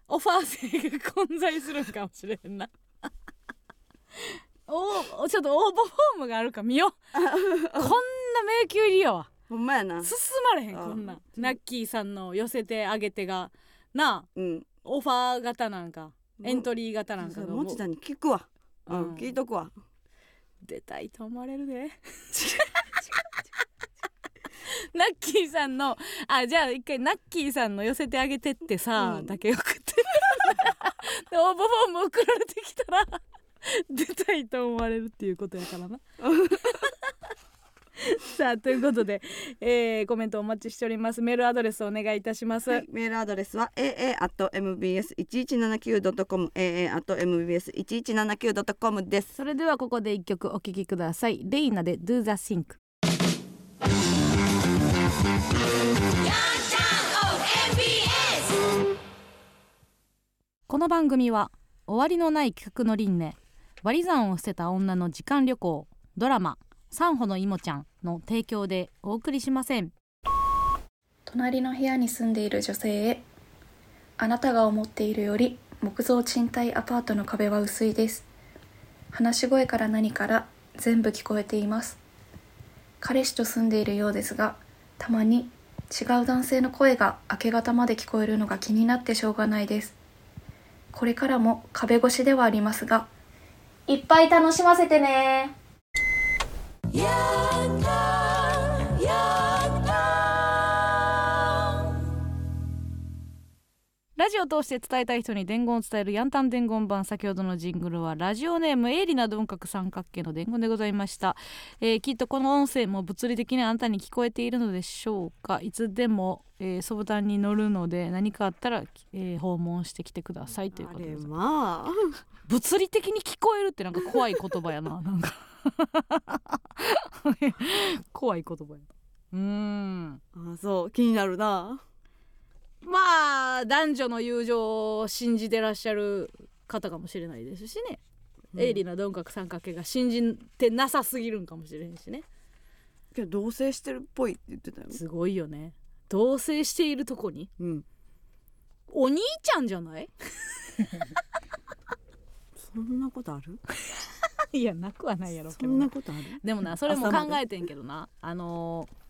オファー制が混在するんかもしれへんな。 おおちょっと応募フォームがあるか見ようこんな迷宮入りやわほんまやな進まれへんこんなあナッキーさんの寄せてあげてがなあうんオファー型なんかエントリリー型なんかがもう持田に聞くわうん、うん聞いとくわ出たいと思われるでナッキーさんのあじゃあ一回ナッキーさんの寄せてあげてってさ、うんだけ送ってで応募フォーム送られてきたら 出たいと思われるっていうことやからなささあということで、えーコメントお待ちしておりますメールアドレスお願いいたします、はい、メールアドレスは aa.mbs1179.com aa.mbs1179.com ですそれではここで一曲お聴きくださいレイナで Do the Think この番組は終わりのない企画の輪廻割り算を捨てた女の時間旅行ドラマ三歩のいもちゃんの提供でお送りしません隣の部屋に住んでいる女性へあなたが思っているより木造賃貸アパートの壁は薄いです話し声から何から全部聞こえています彼氏と住んでいるようですがたまに違う男性の声が明け方まで聞こえるのが気になってしょうがないですこれからも壁越しではありますがいっぱい楽しませてねラジオを通して伝えたい人に伝言を伝えるヤンタン伝言版先ほどのジングルはラジオネーム鋭利な鈍角三角形の伝言でございました、えーきっとこの音声も物理的にあなたに聞こえているのでしょうかいつでも、えー、相談に乗るので何かあったら、えー訪問してきてくださいということでございますま物理的に聞こえるってなんか怖い言葉やななんか 怖い言葉やうーんああそう気になるなまあ男女の友情を信じてらっしゃる方かもしれないですしね、うん鋭利な鈍角三角形が信じてなさすぎるんかもしれんしねけど同棲してるっぽいって言ってたよすごいよね同棲しているとこにうんお兄ちゃんじゃないそんなことある いやなくはないやろうそけどんななことあるでもなそれも考えてんけどなあのー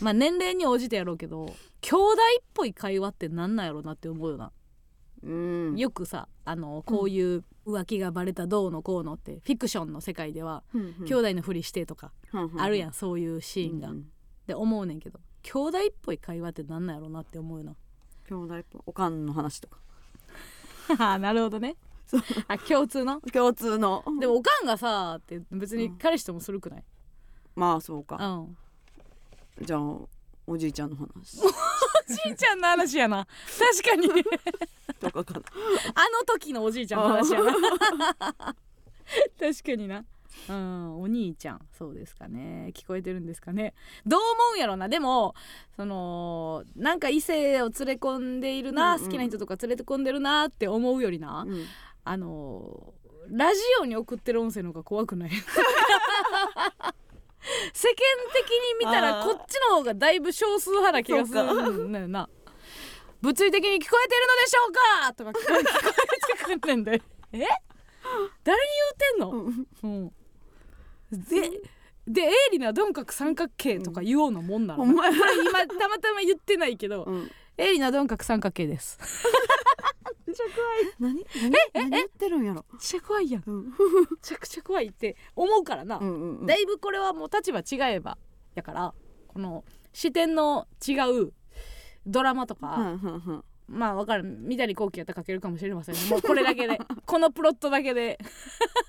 まあ年齢に応じてやろうけど兄弟っぽい会話ってなんなんやろうなって思うよな、うんよくさあのこういう浮気がバレたどうのこうのってフィクションの世界では兄今弟のふりしてとか日あるやんそういうシーンが、で思うねんけど兄弟っぽい会話ってなんなんやろうなって思うよな兄弟っぽいおかんの話とか あーなるほどねそう あ共通の共通のでもおかんがさーって別に彼氏ともするくない、まあそううかん、おじゃあおじいちゃんの話じいちゃんの話やな確かにとか かなあの時のおじいちゃんの話やな 確かになうんお兄ちゃんそうですかね聞こえてるんですかねどう思うんやろなでもそのなんか異性を連れ込んでいるな、うんうん好きな人とか連れて込んでるなって思うよりな、うんあのーラジオに送ってる音声の方が怖くない 世間的に見たらあーこっちの方がだいぶ少数派な気がするんだよな物理的に聞こえてるのでしょうかとか聞こえ聞こえてくんねんで え誰に言うてんの、うんでで鋭利な鈍角三角形とか言おうのもんなの、ほんまやこれ今たまたま言ってないけど、うん鋭利な鈍角三角形です何何何言ってるんやろめっちゃ怖いやんめうんちゃくちゃ怖いって思うからな、うんうんうんだいぶこれはもう立場違えばやからこの視点の違うドラマとはか、んはんはんまあわかる三谷幸喜やったら書けるかもしれませんもうこれだ けでこのプロットだけで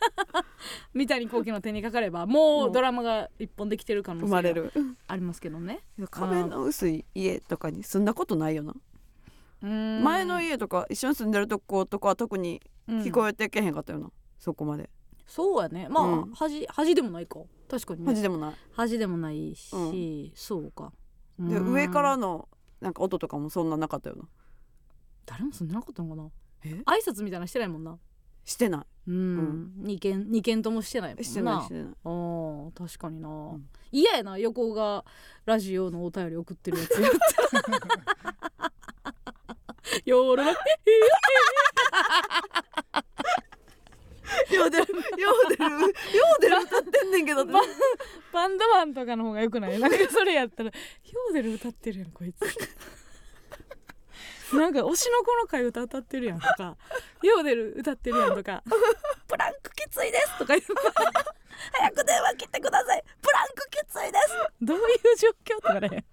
三谷幸喜の手にかかればももううドラマが一本できてる可能生まれ性がるありますけどねいや壁の薄い家とかに住んだことないよな前前の家とか一緒に住んでるとことかは特に聞こえてけへんかったよなそこまでそうやねまあ、うん恥恥でもないか確かに、恥ね、でもない恥でもないし、うそうかでうん上からのなんか音とかもそんななかったよな誰も住んでなかったのかなえ挨拶みたいなのしてないもんなしてなうん、二件二件ともしてないもんいな。してないしてないあー確かにな。ん嫌、やな横がラジオのお便り送ってるやつやった。 夜のよう出るよう出るよう出る歌ってんねんけどってバンドマンとかの方が良くないなんかそれやったら「ヒョーデル歌ってるやんこいつ」 なんか「推しの子の会歌歌ってるやん」とか「ヒョーデル歌ってるやん」と か「プランクきついです」とか言う 早く電話切ってくださいブランクきついでどういう状況?」とかね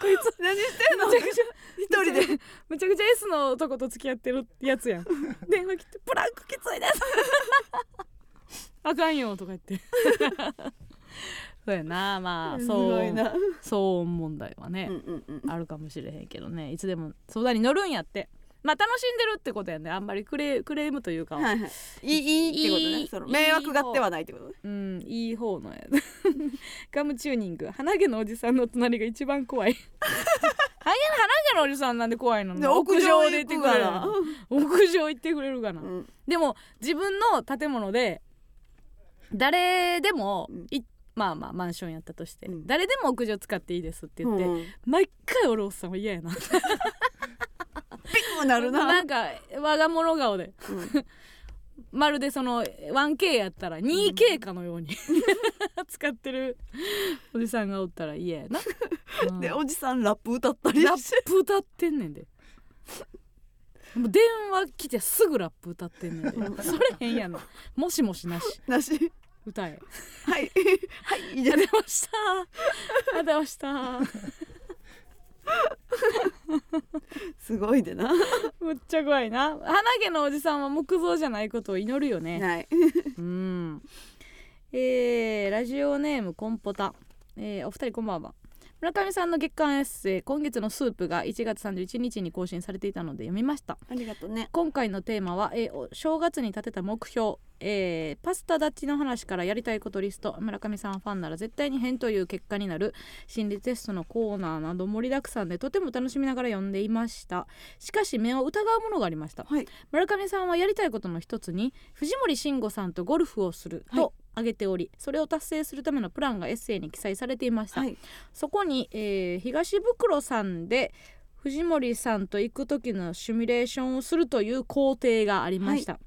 こいつす何してんのめちゃくちゃ一人でめちゃくちゃ S の男と付き合ってるやつやん電話切って「ブランクきついです」「あかんよ」とか言ってそうやなまあす騒ごい音なう騒音問題はねん、うんうんあるかもしれへんけどねいつでも相談に乗るんやってまあ楽しんでるってことやねあんまりクレクレームというか、はいはいいいいいってこといねそのい迷惑がってはないってことねうんいい方のや ガムチューニング鼻毛のおじさんの隣が一番 怖い鼻毛の鼻毛のおじさんなんで怖いので屋上で行って行くくれかるら 屋上行ってくれるかな、うんでも自分の建物で誰でもうんい、まあまあマンションやったとして、うん誰でも屋上使っていいですって言って、うん毎回おるおっさんは嫌やなピクッなるななんか我が物顔でうんまるでその 1K やったら 2K かのように、使ってるおじさんがおったら嫌 やな、うんでラッおじさんラップ歌ったりしてプ歌ってんねんでもう電話来てすぐラップ歌ってんねんでそれ変やなもしもしなしなし歌 えはい はいいいじゃ出ないましたあ出ましたすごいでなむっちゃ怖いな鼻毛のおじさんは木造じゃないことを祈るよねはいうん。えーラジオネームコンポタ、えーお二人こんばんは。村上さんの月間エッセイ今月のスープが1月31日に更新されていたので読みましたありがとうね今回のテーマは、えーお正月に立てた目標、えーパスタ立ちの話からやりたいことリスト村上さんファンなら絶対に変という結果になる心理テストのコーナーなど盛りだくさんでとても楽しみながら読んでいましたしかし目を疑うものがありましたはい村上さんはやりたいことの一つに藤森慎吾さんとゴルフをするはいと挙げており、それを達成するためのプランがエッセイに記載されていました、はいそこに、えー東袋さんで藤森さんと行く時のシミュレーションをするという工程がありました、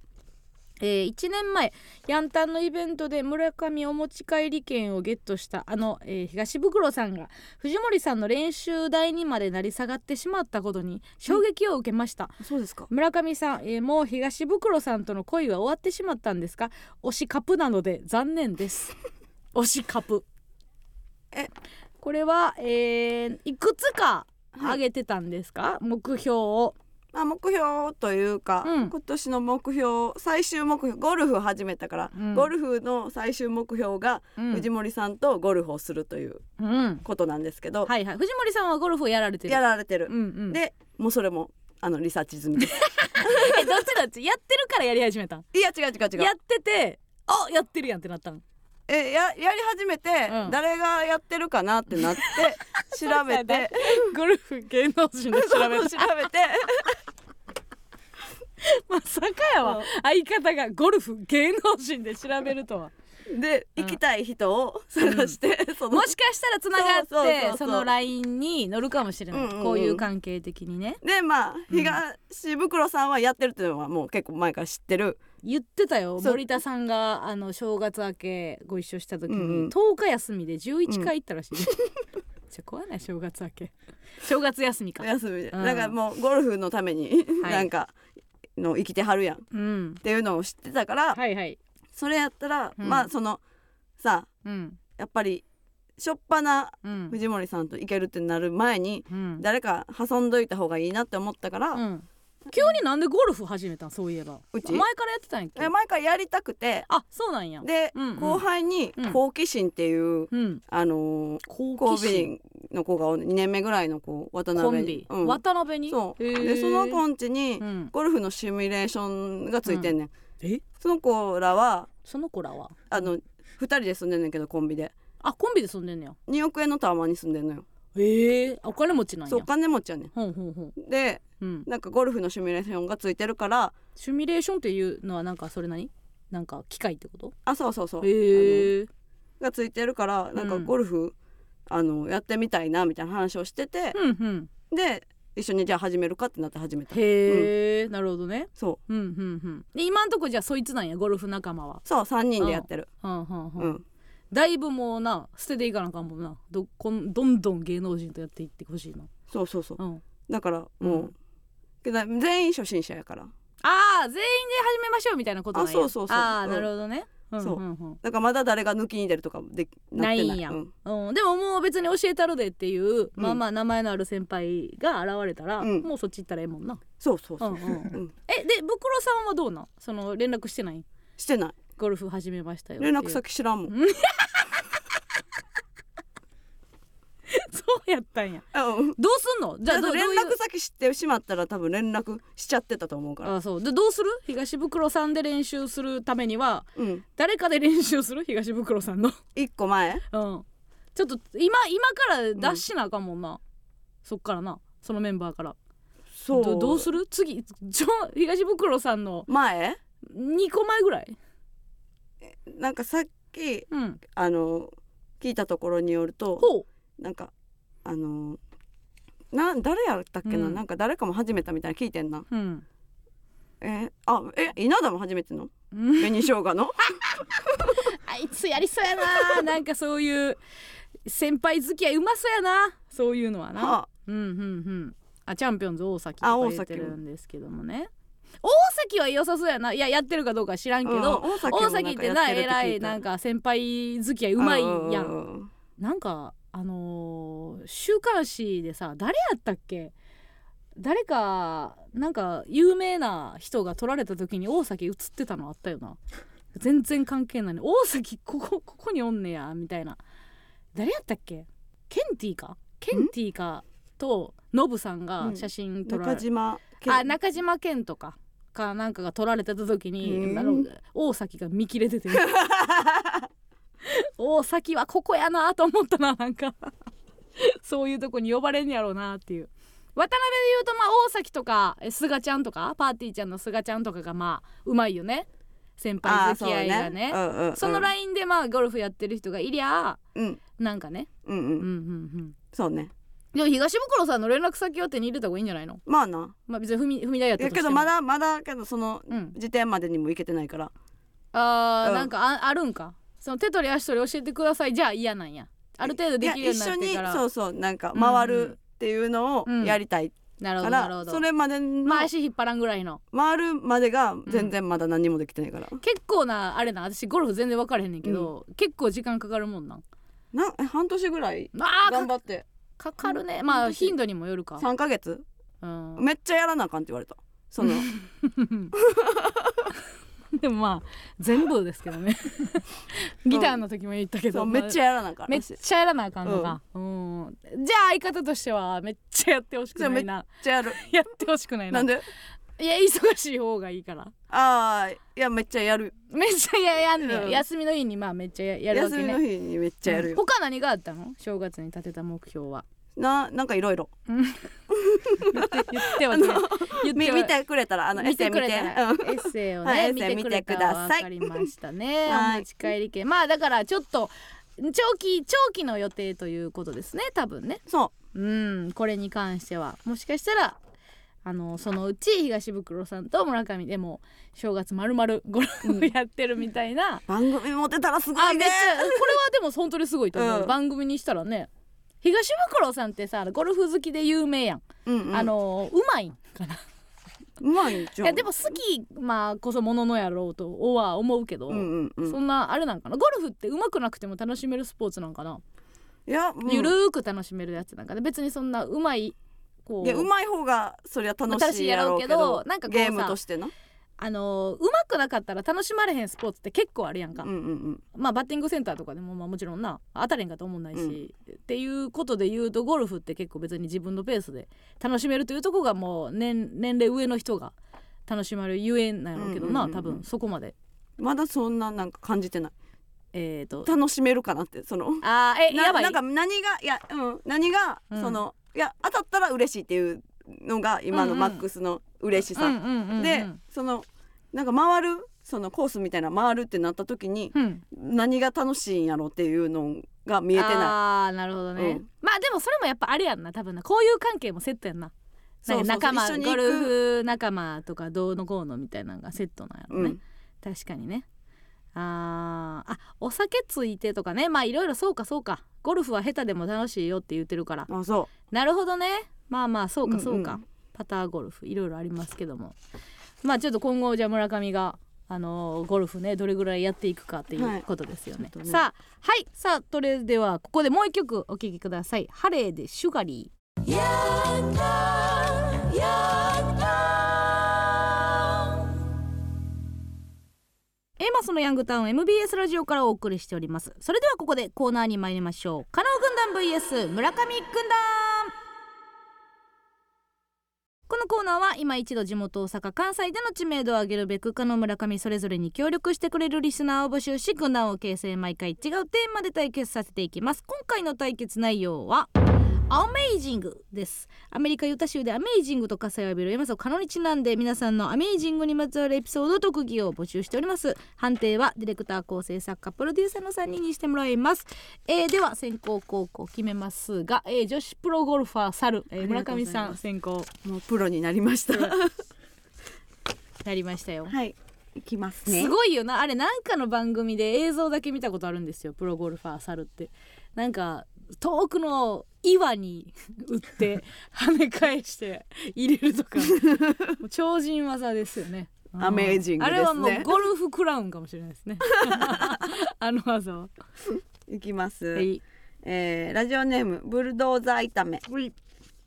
え1年前ヤンタンのイベントで村上お持ち帰り券をゲットしたあの、えー東袋さんが藤森さんの練習台にまで成り下がってしまったことに衝撃を受けました、そうですか村上さん、えーもう東袋さんとの恋は終わってしまったんですか推しカプなので残念です 推しカプえこれは、えーいくつかは挙いげてたんですか、目標をまあ目標というか、うん今年の目標最終目標ゴルフを始めたから、うんゴルフの最終目標がうん藤森さんとゴルフをするといううんことなんですけど、はいはい藤森さんはゴルフをやられてるやられてる、うんうん、ででもうそれもあのリサーチ済みですえどっちどっちやってるからやり始めたん いや違う違う違やうっててあやってるやんってなったんえややり始めて、うん誰がやってるかなって なって調べてゴルフ芸能人で調 べ た調べてまさかやわ、うん相方がゴルフ芸能人で調べるとはで、うん行きたい人を探して、そのもしかしたらつながってそそうそうそうそうの LINE に乗るかもしれない、うんうんうんこういう関係的にねでまあうん東袋さんはやってるっていうのはもう結構前から知ってる、言ってたよそう森田さんがあの正月明けご一緒した時に、うんうん10日休みで11回行ったらしい、 じゃ怖いな正月明け正月休みか休みで、うんなんかもうゴルフのためにはいなんかの生きてはるやんっうんていうのを知ってたから、はいはいそれやったら、うんまあそのさうんやっぱりしょっぱなうん藤森さんと行けるってなる前にうん誰か挟んどいた方がいいなって思ったから、うん急になんでゴルフ始めたんそういえばうち前からやってたんやっけえ前からやりたくてあそうなんやで、うんうん後輩にうん好奇心っていう、うんあのー好神奇戸心人の子が2年目ぐらいの子渡辺コンビ、うん渡辺にそうへーでその子んちにうんゴルフのシミュレーションがついてんねん、えその子らはその子らはあの2人で住んでんねんけどコンビであコンビで住んでんねや2億円のタワマンに住んでんのよへえお金持ちなんやそうお金持ちやねほんほんほんんでうんなんかゴルフのシミュレーションがついてるからシミュレーションっていうのはなんかそれ何なんか機械ってことあそうそうそう、へえあのがついてるからなんかうんゴルフ、あのやってみたいなみたいな話をしてて、うんうんで一緒にじゃあ始めるかってなって始めたへえ、なるほどねそううんうんうんで今んとこじゃあそいつなんやゴルフ仲間はそう3人でやってるはんはんはん、うんだいぶもうな捨てていかなあかんもんなどこんどんどん芸能人とやっていってほしいなそうそうそううんだからもう、うんけど全員初心者やからああ全員で始めましょうみたいなことなんやあそうそうそうああうんなるほどね、うん、そうんんだからまだ誰が抜きに出るとかできなっていんや、ううんんでももう別に教えたるでっていう、まあうんまあ名前のある先輩が現れたら、うんもうそっち行ったらええもんな、そうそうそう、うんうんうんえで袋さんはどうなんその連絡してないしてないゴルフ始めましたよってい連う絡先知らんもん そうやったんやあうんどうすんのじじゃゃああどどうい連う絡先知ってしまったら多分連絡しちゃってたと思うからあそうでどうする東袋さんで練習するためにはうん誰かで練習する東袋さんの 一個前うんちょっと今今から出しなあかんもんな、そっからなそのメンバーからそうどどうするる次ちょ東袋さんの前2個前ぐらいなんかさっきうんあの聞いたところによるとほうなんかあのな誰やったっけな、うんなんか誰かも始めたみたいなの聞いてんなうんえあえ稲田も始めてんのうん紅生姜の あいつやりそうやななんかそういう先輩付き合いうまそうやなそういうのは なあうんうんうんあチャンピオンズ大崎とあか大言っ崎てるんですけどもね大崎は良さそうやないややってるかどうかは知らんけど、うん大崎ってなえらいなんかか先輩付き合いやうってまるいって聞いたやうんんうんうんなんかあのー週刊誌でさ誰やったっけ誰かなんか有名な人が撮られた時に大崎映ってたのあったよな全然関係ないね大崎ここここにおんねやみたいな誰やったっけケンティーかケンティーかとノブさんが写真撮られ中島健あ中島健とかかなんかが撮られてた時に、うんあの大崎が見切れてて大崎はここやなと思ったななんか そういうとこに呼ばれんやろうなっていう渡辺で言うとまあ大崎とかえすがちゃんとかパーティーちゃんのすがちゃんとかがまあうまいよね先 あー輩付き合いがねそそううんうんうんのラインでまあゴルフやってる人がいりゃうんなんかねうんううんんうんうんそうねでも東袋さんの連絡先を手に入れた方がいいんじゃないのまあなまあ別に踏み踏み台やっいやたとしてけもどまだまだけどそのうん時点までにも行けてないからあー、うんなんかああるんかその手取り足取り教えてくださいじゃあ嫌なんやある程度できるようになっいやて一か緒にらそうそうなんか回うんうんるっていうのをやりたいなるほかどら、なるほどそれまでのまあ足引っ張らんぐらいの回るまでが全然まだ何もできてないから、結構なあれな私ゴルフ全然分からへんねんけど、結構時間かかるもんなんなえ半年ぐらいあー頑張かってかかるねまあ頻度にもよるか、 3ヶ月うん、 めっちゃやらなあかんって言われたそ のでもまあ全部ですけどね ギターの時も言ったけそどうめっちゃやらなあかんめっ私ちゃやらなあかんのか、うんじゃあ相方としてはめっちゃやってほしくないなめっちゃやる やってほしくないななんでいや忙しい方がいいから ああいやめっちゃやるめっちゃややんねん、うん休みの日にまあめっちゃややるわけ休みねの日にめっちゃやるうんよ、他何があったの正月に立てた目標 はななんかいろいろ言って言ってはね言 ってみは見てくれたらあのエッ見セイて見くてれた らエッセイをね、はいエッ見セイてくれた見てくらだ分さいかりましたね はいお持ち帰り券まあだからちょっと長期長期の予定ということですね多分ねうん、そうんこれに関してはもしかしたらあのそのうち東袋さんと村上でも正月まるまるゴルフ やってるみたいな、う番組持てたらすごあいめっねちゃこれはでも本当にすごいと思う、うん番組にしたらね東袋さんってさゴルフ好きで有名やん、うんうん、あのうまいんかなうまいんじゃいんやでも好きまあこそもののやろうとは思うけど、うんうんうんそんなあれなんかなゴルフって上手くなくても楽しめるスポーツなんかな、いや、うん、ゆるーく楽しめるやつなんかで別にそんなうまいこいうやうまい方がそりゃ楽楽ししいいややろろううけけどどなんかこうさゲームとしてなあのうまくなかったら楽しまれへんスポーツって結構あるやんか、うんうんまあバッティングセンターとかでもまあもちろんな当たれんかと思んないし、っていうことで言うとゴルフって結構別に自分のペースで楽しめるというとこがもう年年齢上の人が楽しまれるゆえんなんやろうけどな、うんうんうんうん多分そこまでうんまだそんななんか感じてないえー、と楽しめるかなってそのあーえなやばいなんか何がいやうん何が、うんそのいや当たったら嬉しいっていうのが今うんのうんマックスの嬉しさ、うんうんうんうんでそのなんか回るそのコースみたいな回るってなった時にうん、何が楽しいんやろっていうのが見えてないああなるほどね、うんまあでもそれもやっぱあれやんな多分なこういう関係もセットやんなそなうんそかう仲間一緒に行ゴくルフ仲間とかどうのこうのみたいなのがセットなんやろうね、ん、確かにねあーあお酒ついてとかねまあいろいろそうかそうかゴルフは下手でも楽しいよって言ってるからあそうなるほどねまあまあそうかそううか、んうんパターゴルフいろいろありますけどもまあちょっと今後じゃあ村上があのーゴルフねどれぐらいやっていくかっていうことですよね,、はいちょっとねさあはいさあそれではここでもう一曲お聴きください「ハレーでシュガリー」エマスのヤングタウン MBS ラジオからお送りしておりますそれではここでコーナーに参りましょうカノ軍団 VS 村上軍団このコーナーは今一度地元大阪関西での知名度を上げるべく可の村上それぞれに協力してくれるリスナーを募集し軍団を形成毎回違うテーマで対決させていきます今回の対決内容はアメイジングですアメリカユタ州でアメイジングと火災を浴びる山里カノにちなんで皆さんのアメイジングにまつわるエピソード特技を募集しております判定はディレクター構成作家プロデューサーの3人にしてもらいます、えーでは先行後攻決めますが、えー女子プロゴルファー猿、えー村上さん先行もうプロになりましたなりましたよ、はいいきますねすごいよなあれなんかの番組で映像だけ見たことあるんですよプロゴルファー猿ってなんか遠くの岩に 打って跳ね返して入れ るとかもう超人技ですよねアメージングですねあれはもうゴルフクラウンかもしれな いですねあの技は、いきます、はい、えーラジオネームブルドーザー炒め、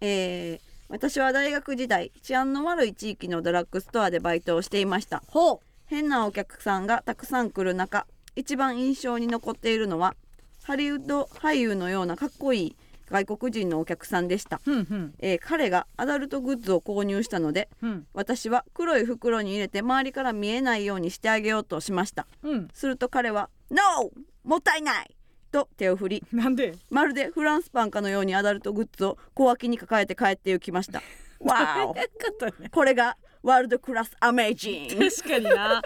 えー私は大学時代治安の悪い地域のドラッグストアでバイトをしていましたほ変なお客さんがたくさん来る中一番印象に残っているのはハリウッド俳優のようなかっこいい外国人のお客さんでした、うふんふんえー彼がアダルトグッズを購入したのでうん私は黒い袋に入れて周りから見えないようにしてあげようとしましたうんすると彼は「NO! もったいない!」と手を振りなんでまるでフランスパンかのようにアダルトグッズを小脇に抱えて帰って行きました わなかったねおこれがワールドクラスアメージング確かにな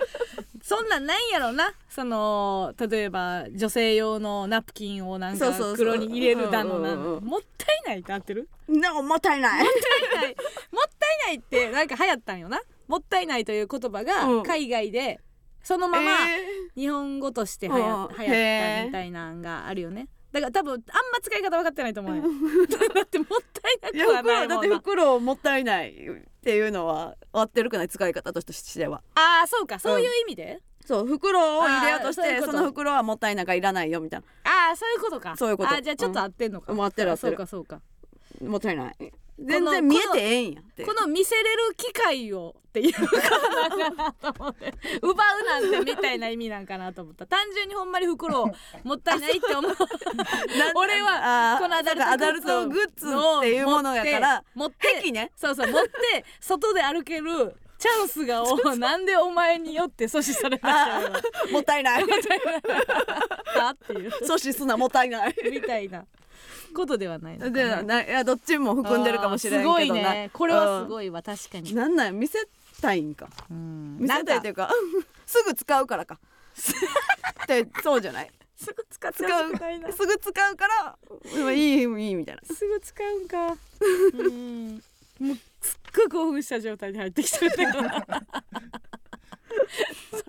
そんなんないんやろなその例えば女性用のナプキンをなんそうかそうそう袋に入れるだのなうんうんうんもったいないって合ってる NO! もったいないはいもったいないってなんか流行ったんよなもったいないという言葉うんが海外でそのままえ日本語として流行,、うん流行ったみたいなんがあるよねだから多分あんま使い方分かってないと思うよ だってもったいーいなや く袋はないだっもてんな袋をもったいないっていうのは合ってるくない使い方としてはああそうかそういう意味で、そう袋を入れようとしてあーそういうそことの袋はもったいないからいらないよみたいああそういうことかそういうことあーじゃあちょっと合ってんのか、うん合ってる合ってるそうかそうかなもったいない全然見えてええんやってこの見せれる機会をっていうことなんかなと思って奪うなんてみたいな意味なんかなと思った単純にほんまに袋をもったいないって思う俺はあーこのアそうかアダダルルトトググッッズズっていうものやから持って壁ねそうそう持って外で歩けるチャンスがをなんでお前によって阻止されました よもったい ないあっていう阻止すなもったいないみたいなことではないのかなでないやどっちも含んでるかもしれんけどなあーすごいねこれはすい、ごいわ確かうんになんなん見せたいんかうん見せたいというか すぐ使うから かってそうじゃないすぐ使って使ほうしくないなすぐ使うからうんいいいいみたいなすぐ使うんかうんもうすっごい興奮した状態で入ってきたんだけど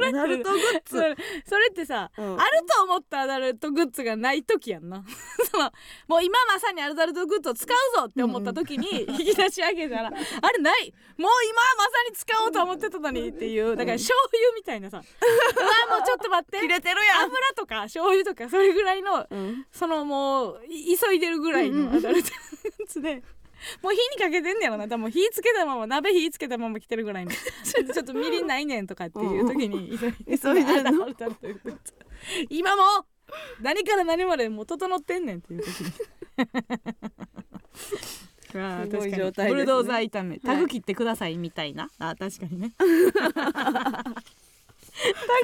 アダルトグッ そズれそれってさ、うんあると思ったアダルトグッズがない時やんな そのもう今まさにアダルトグッズを使うぞって思った時に引き出し上げたら、あれないもう今まさに使おうと思ってたのにっていうだから醤油みたいなさ、うわもうちょっと 待って切れてるや油とか醤油とかそれぐらいのん、うん、そのもうい急いでるぐらいのアダルトやつで。もう火にかけてんねやろな多分火つけたまま鍋火つけたまま来てるぐらいのちょっとみりんないねんとかっていう時に急いで急いでんのアダルトやつ今も何から何までもう整ってんねんっていう時 にああすごい確かに状態ですねブルドーザー炒めタグ切ってくださいみたいな、ああ確かにね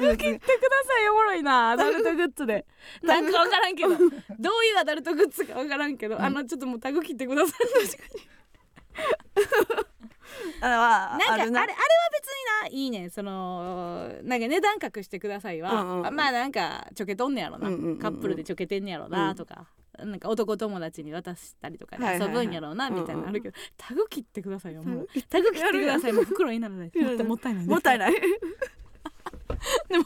タグ切ってくださいおもろいなアダルトグッ ズでなんかわからんけどどういうアダルトグッズかわからんけど、あのちょっともうタグ切ってくださいあはなあんかあれるあなれは別にないいねんそのなんか値段隠してくださいは、うんうんうんまあなんかちょけとんねやろな、うんうんうんうんカップルでちょけてんねやろなとか、なんか男友達に渡したりとかで遊ぶんやろうなはいはいはいみたいなのあるけど、タグ切ってくださいよもうタグ切ってくださいもう袋にならないですもったもったいないですもったいないでも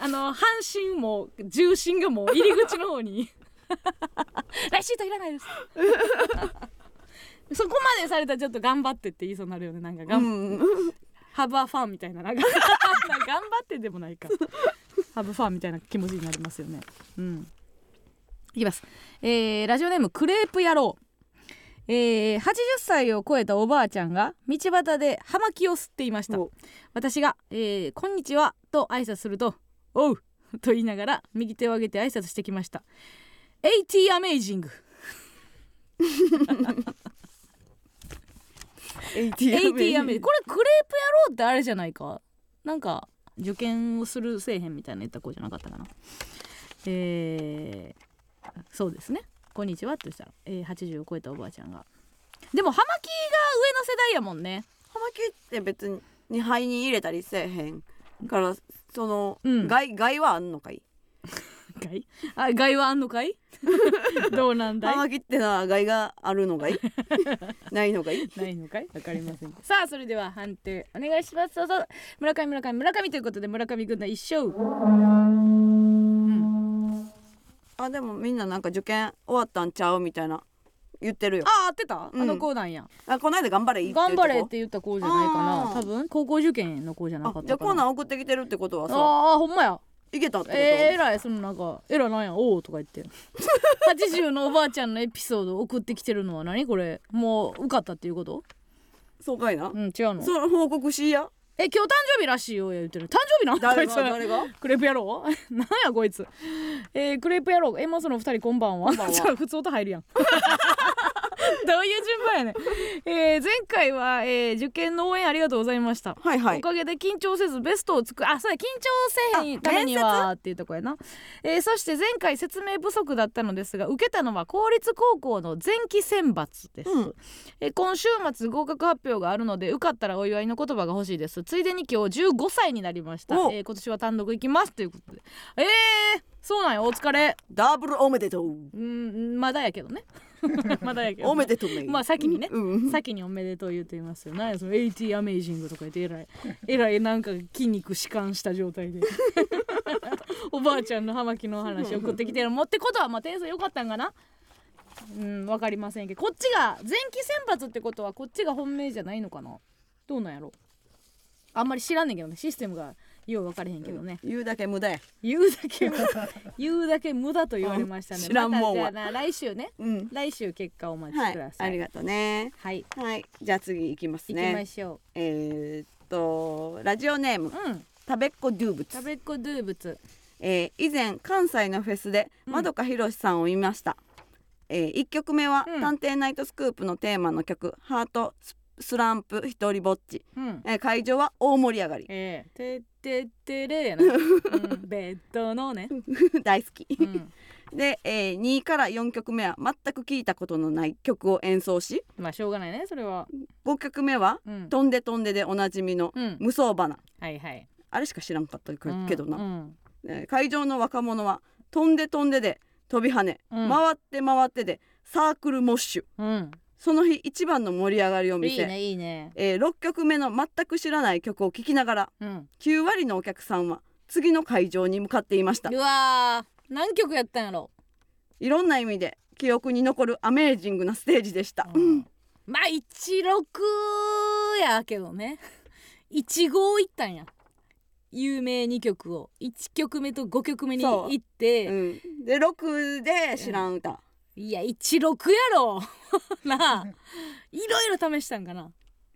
あの半身も重心がもう入り口の方にレシートいらないです そこまでされたらちょっと頑張ってって言いそうになるよねなんかう頑張んハブファンみたいななん か頑張ってでもないかハブファンみたいな気持ちになりますよねうんいきます、えーラジオネームクレープ野郎えー、80歳を超えたおばあちゃんが道端で葉巻を吸っていましたお私が、えーこんにちは」と挨拶すると「おう」と言いながら右手を上げて挨拶してきました「AT アメイジング」 ATM ATM めこれクレープ野郎ってあれじゃないかなんか受験をするせえへんみたいな言った子じゃなかったかなえー、そうですねこんにちはってしたら、えー、80を超えたおばあちゃんがでもハマキが上の世代やもんね葉巻って別に肺に入れたりせえへんからその、うん害害はあんのかい害あ害はあんのか いどうなんだ葉い巻ってのは害があるのか いないのかいないのかいわかりませんけど さあそれでは判定お願いしますどうぞ村上村上村上ということで村上軍団一勝あでもみんななんか受験終わったんちゃうみたいな言ってるよあ合ってた、うんあの子なんやあこの間頑張れいいって言頑うとこ張れって言った子じゃないかあなー多分高校受験の子じゃなかあっじゃたあかコーナなー送ってきてるってことはさああーほんまやいけたってこと、えー、えらいそのなんか「えらなんやおお」とか 言って80のおばあちゃんのエピソード送ってきてるのは何これもう受かったっていうことそうかいな、うん違うのその報告しいやえ今日誕生日らしいよ言ってる誕生日なんこ誰いつが誰がクレープ野郎 なんやこいつえー、クレープ野郎エマスの二人こんばんはんばんは ちょっと普通音入るやんどういう順番やねん、えー、前回は、えー、受験の応援ありがとうございましたはいはいおかげで緊張せずベストをつくあそうや緊張せへんためにはっていうとこやな、えーそして前回説明不足だったのですが受けたのは公立高校の前期選抜です、うんえー今週末合格発表があるので受かったらお祝いの言葉が欲しいですついでに今日15歳になりました、おえー今年は単独行きますということでえー、そうなんよお疲れダブルおめでとううーんまだやけどね まだやけどね おめでとうねまあ先にねうん先におめでとう言うていますよ。何やその AT アメージングとか言ってえ らいえらいなんか筋肉弛緩した状態でおばあちゃんの葉巻の話送ってきてるもってことはまあ点数良かったんかなうんわかりませんけどこっちが前期選抜ってことはこっちが本命じゃないのかなどうなんやろあんまり知らんねんけどねシステムがよう分かれへんけどね、言うだけ無駄や言うだ け無駄言うだけ無駄と言われましたね知らんもんはまたじゃあな来週ねうん来週結果お待ちはくだいさあい、りがとうねはいはいじゃあ次行きます行きまねしょうえー、っとラジオネームうん、食べっ子ドゥーブツ食べっ子動物。えー以前関西のフェスでうんまどかひろしさんを見ました、え1曲目はうん「探偵ナイトスクープ」のテーマの曲「ハートススランプひとりぼっちうん」。えー会場は大盛り上がり ええてってってれやな。うん、ベッドのね。大好き、うん。 で、え2から4曲目は全く聞いたことのない曲を演奏しまあしょうがないね、それは。 5曲目は「うん。飛んで飛んで」でおなじみの「うん。無双花はいはい。」あれしか知らんかったけどな、うん。えー会場の若者は「飛んで飛んで」で飛び跳ね、うん回って回ってでサークルモッシュうん。その日一番の盛り上がりを見いいせね、いいね。えー、6曲目の全く知らない曲を聴きながらうん。 9割のお客さんは次の会場に向かっていましたうわー、何曲やったんやろ。いろんな意味で記憶に残るアメージングなステージでした、うんまあ一六やけどね。 一号行ったんや。有名二曲を一曲目と五曲目にそう行って、うんで6で知らん歌、いや一六やろ なあいろいろ試したんかな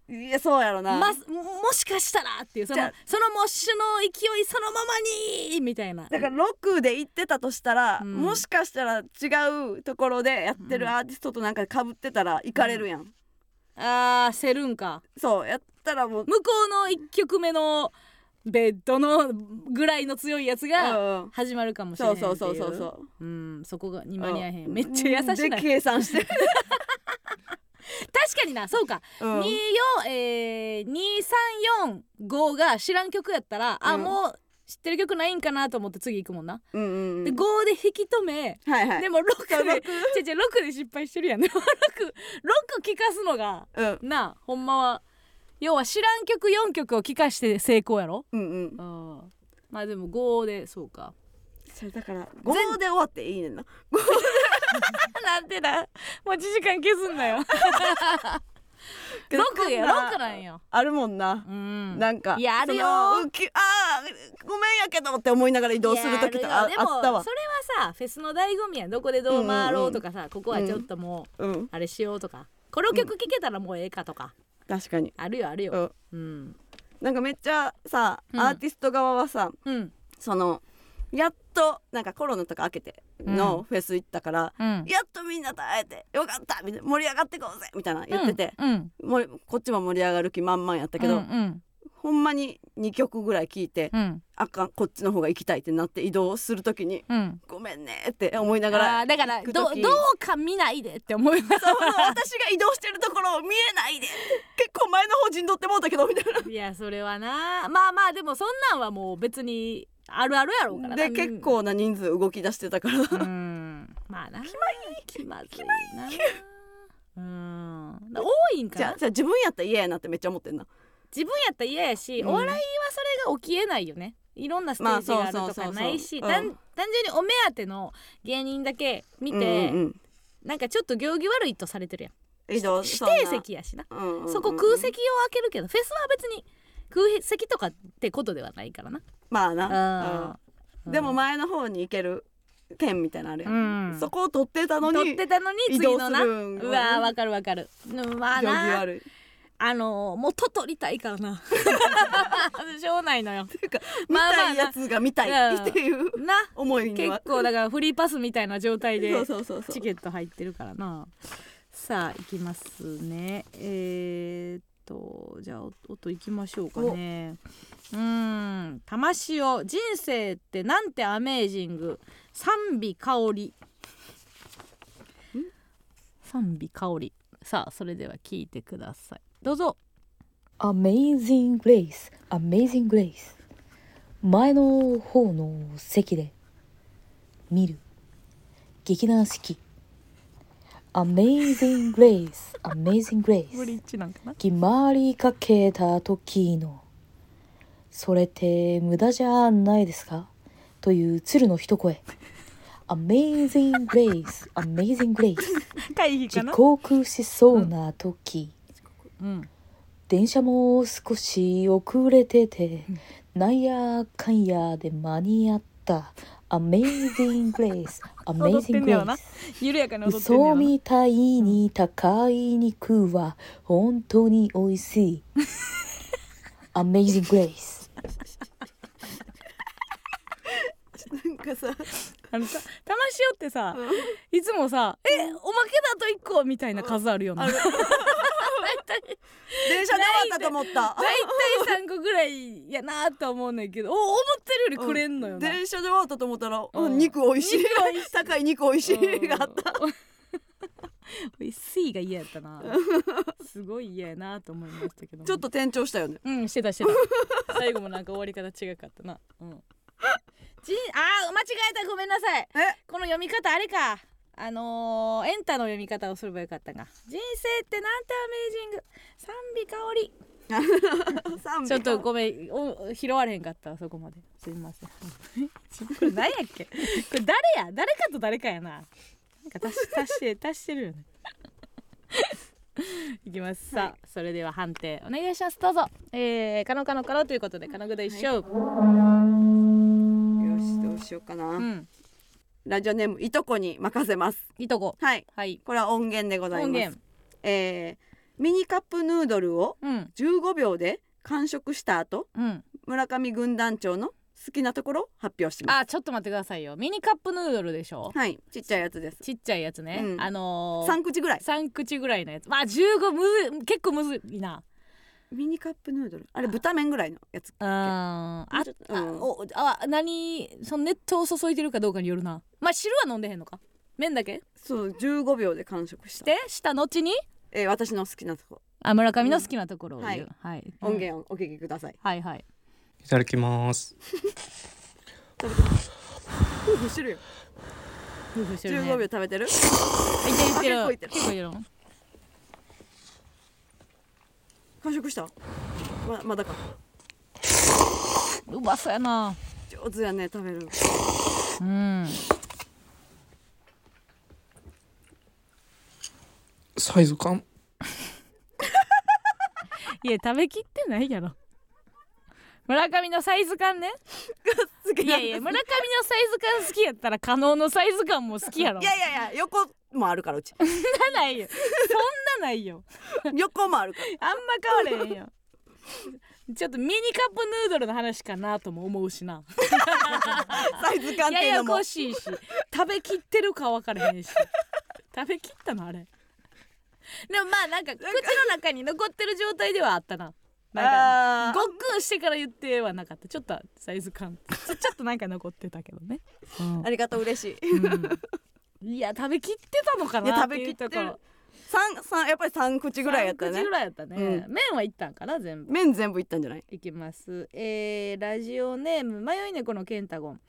いやそうやろな、ま、もしかしたらっていうそじのゃそのモッシュの勢いそのままにみたいなだから6で行ってたとしたら、うんもしかしたら違うところでやってるアーティストとなんか被ってたら行かれるやん、あーせるんかそうやったらもう、向こうの1曲目のベッドのぐらいの強いやつがうんうん始まるかもしれなそいうそうそうそううそううんそこがにう間に合えへんめっちゃ優しいでな確計算 して、かになそうか、うん24えー、2345が知らん曲やったら、あうんもう知ってる曲ないんかなと思って次行くもんな、うんうんでう5んで引き止めはいはいでも6そうで六違う違う6で失敗してるやん 6, 6聞かすのがうんなあほんまは要は知らん曲4曲を聞かして成功やろうんうんあまあでも5でそうかそれだから五で終わっていいねんな。 なんてだ待ち時間消すん なよけど6こんやな6なんよあるもんなう。んなんかいやあるよそのうきあーごめんやけどって思いながら移動する時とかああいやるよでもったわそ。れはさフェスの醍醐味やんどこでどう回ろうとかさ、ここはちょっともう、うんあれしようとかこの曲聴けたらもうええかとか、確かに。あるよあるうよんうんなんかめっちゃさうんアーティスト側はさうんそのやっとなんかコロナとか明けてうのフェス行ったから、うんやっとみんなと会えてよかったみたいな盛り上がってこうぜみたいな言ってて、うんうんもうこっちも盛り上がる気満々やったけど、うんうんほんまに2曲ぐらい聴いて、うんあかんこっちの方が行きたいってなって移動する時にうん「ごめんね」って思いなだがらだから行くどど時うか見ないでって思いまそうそう私が移動してるところを見えないで結構前の方陣取ってもうたけどみ たいすいやそれはなまあまあでもそんなんはもう別にあるあるやろうかならでな結構な人数動き出してたからうんまあな気まい気まずいなうん多いんかじゃなあじゃあ自分やったら嫌やなってめっちゃ思ってんな自分やったら嫌やし、うんお笑いはそれが起きえないよねいろんなステージがあるとかないし、まあそうそうそうそううん単単純にお目当ての芸人だけ見て、うんうんうんなんかちょっと行儀悪いとされてるやん移動指そんな定席やしなうんうんうんそこ空席を空けるけどフェスは別に空席とかってことではないからなまああな、うんでも前の方に行ける券みたいなのあるやん、そこを取ってたの取にってたのに移次動のすなうるんわーわかるわかるうんまあ行儀な悪いあのー、元取りたいから なしょうないのよ見まあまあたないやつが見たいっていう な思いに結は構だからフリーパスみたいな状態でそうそうそうそうチケット入ってるからなさあ行きますねえーっとじゃあ音行きましょうかねうーん「魂を人生ってなんてアメージング賛美香り」賛美香りさあそれでは聞いてくださいどうぞ Amazing Grace Amazing Grace 前の方の席で見る劇団四季 Amazing Grace Amazing ブ Grace リッジなんかな決まりかけた時のそれって無駄じゃないですかという鶴の一声 Amazing Grace Amazing Grace 会費か時な刻しそうな時、うん電車も少し遅れてて、なんやかんやで間に合った。Amazing Grace, 踊って Amazing んだよな Grace。緩やかに踊ってんだ嘘よなみたいに高い肉は本当に美味し い。Amazing Grace。なん かさあのさ魂よってさいつもさ「えおまけだと1個」みたいな数あるよな大体電車で終わったと思った3個ぐらいやなと思うねんけどお思ってるよりくれんのよな、電車で終わったと思ったら、ううんん、肉美味しい肉美味しい高い肉美味しいがあったた。おいスイが嫌やったな。すごい嫌やなと思いましたけども。ちょっと転調したよねうんしてたしてた。最後もなんか終わり方違かったな。うん。じあー間違えたごめんなさい。えこの読み方あれかあのー、エンタの読み方をすればよかったが人生ってなんてアメージング賛美香り賛美ちょっとごめんお拾われへんかったそこまですいませんこれ何やっけこれ誰や誰かと誰かやななんか足し足して足してるよねいきますさあ、それでは判定お願いしますどうぞえー、カノカノカノということでカノグで一緒、よしどうしようかな、うんラジオネームいとこに任せますいとこはいはいこれは音源でござい音ます源えー、ミニカップヌードルをうん15秒で完食した後うん村上軍団長の好きなところを発表しますあちょっと待ってくださいよミニカップヌードルでしょはいちっちゃいやつですちっちゃいやつね、うんあのー、三口ぐらい3口ぐらいのやつまあ15むず結構むずいなミニカップヌードルあれ豚麺ぐらいのやつうんあもうちょっとあうんおあ何その熱湯を注いでるかどうかによるなまあ汁は飲んでへんのか麺だけそう15秒で完食したでした後にえー、私の好きなとこあ村上の好きなところを言う、はいはい、音源をお聞きください、はいはいいただきます。夫婦してるよ夫婦してるね15秒食べてるいってるい結ってる結構いってる完食したままだかうまそうやな上手やね食べるのうんサイズ感。いや食べきってないやろ村上のサイズ感ねいやいや村上のサイズ感好きやったら可能のサイズ感も好きやろいやいやいや横もあるからう ちそんなないよそんなないよ横もあるからあんま変われへんよちょっとミニカップヌードルの話かなとも思うしなサイズ感って やいうのやもこしいし食べきってるか分からへんし食べきったのあれでもまあなんか口の中に残ってる状態ではあったななんかあごっくんしてから言ってはなかったちょっとサイズ感 ちょちょっとなんか残ってたけどね、うんーありがとう嬉しいうんいや食べきってたのかいやな食べきってるいうところ三三やっぱり三口ぐらいやった3ね口ぐらいやったね、う麺はいったんかな全部麺全部いったんじゃないいきます。えーラジオネーム迷い猫のケンタゴン。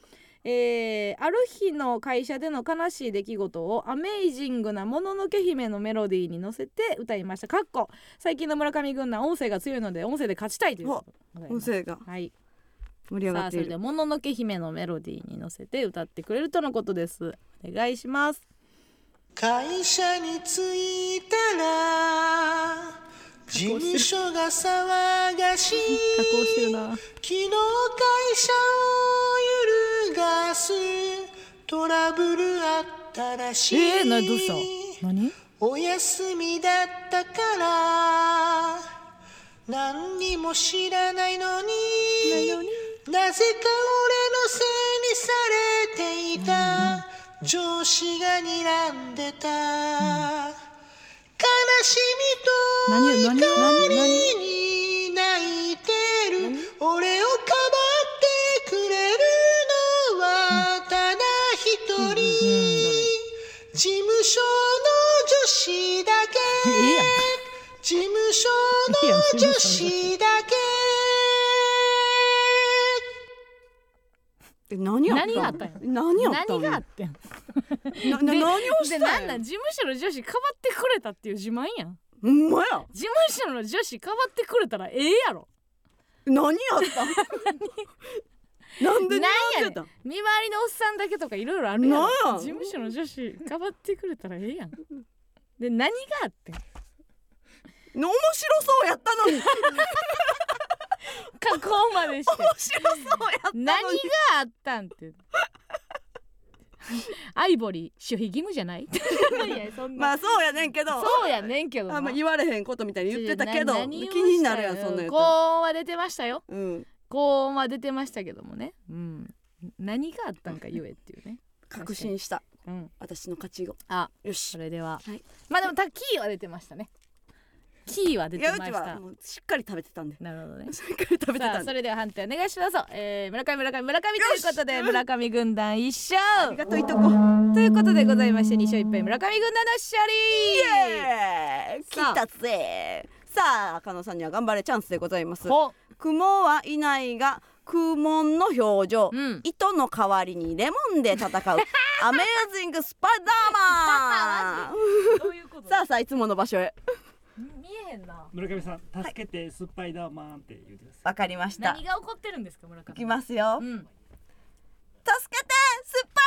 えーある日の会社での悲しい出来事をアメイジングなもののけ姫のメロディーに乗せて歌いました。かっこ最近の村上軍団音声が強いので音声で勝ちたいということでございま音す。声がはい。盛り上さがあっそてれいでるもののけ姫のメロディーに乗せて歌ってくれるとのことです。お願いします。会社に着いたら事務所が騒がしい 加工してるな。昨日会社を揺るがすトラブルあったらしいえーなどうした何？お休みだったから何にも知らないのになぜか俺のせいにされていた、上司が睨んでた、悲しみと怒りに泣いてる俺をかばってくれるのはただ一人事務所の女子だけ 事務所の女子だけえ何やった何があったんや何やった何んがあやってん？なな何をしでたなんんやなん事務所の女子かばってくれたっていう自慢やん。ほんまや事務所の女子かばってくれたらええやろ何やったん なんでな何んやねやんったん見回りのおっさんだけとかいろいろあるやろなんや事務所の女子かばってくれたらえ えやんで何があってん面白そうやったのに面加工 までして白そうやったのに何があった んってアイボリー守秘義務じゃないいやそんな、まあそうやねんけどそうやねんけどなあんま言われへんことみたいに言ってたけどな気何をになるやんしたそんなんやった高ら音は出てましたようん高音は出てましたけどもねうん何があったんか言えっていうね確信したうん私の勝ちをあよしそれでは、はいまあでもたキーは出てましたねキーはい出てやまうしちたはもうしっかり食べてたんで なるほどねしっかり食べてさたあんそでれでは判定お願いします、えー、村上村上村上とよいうしことでうん村上軍団一勝ありがとういとこイということでございまして2勝1敗村上軍団の勝利エーイ来さあたぜさあ加納さんには頑張れチャンスでございますほ雲はいないが苦悶の表情、うん糸の代わりにレモン で戦うアメージングスパイダーマン どういうことさあさあいつもの場所へ見えへんな村上さん助けてスパイダーマンって言うてくださいわかりました何が起こってるんですか村上いきますよ、うん助けてスパ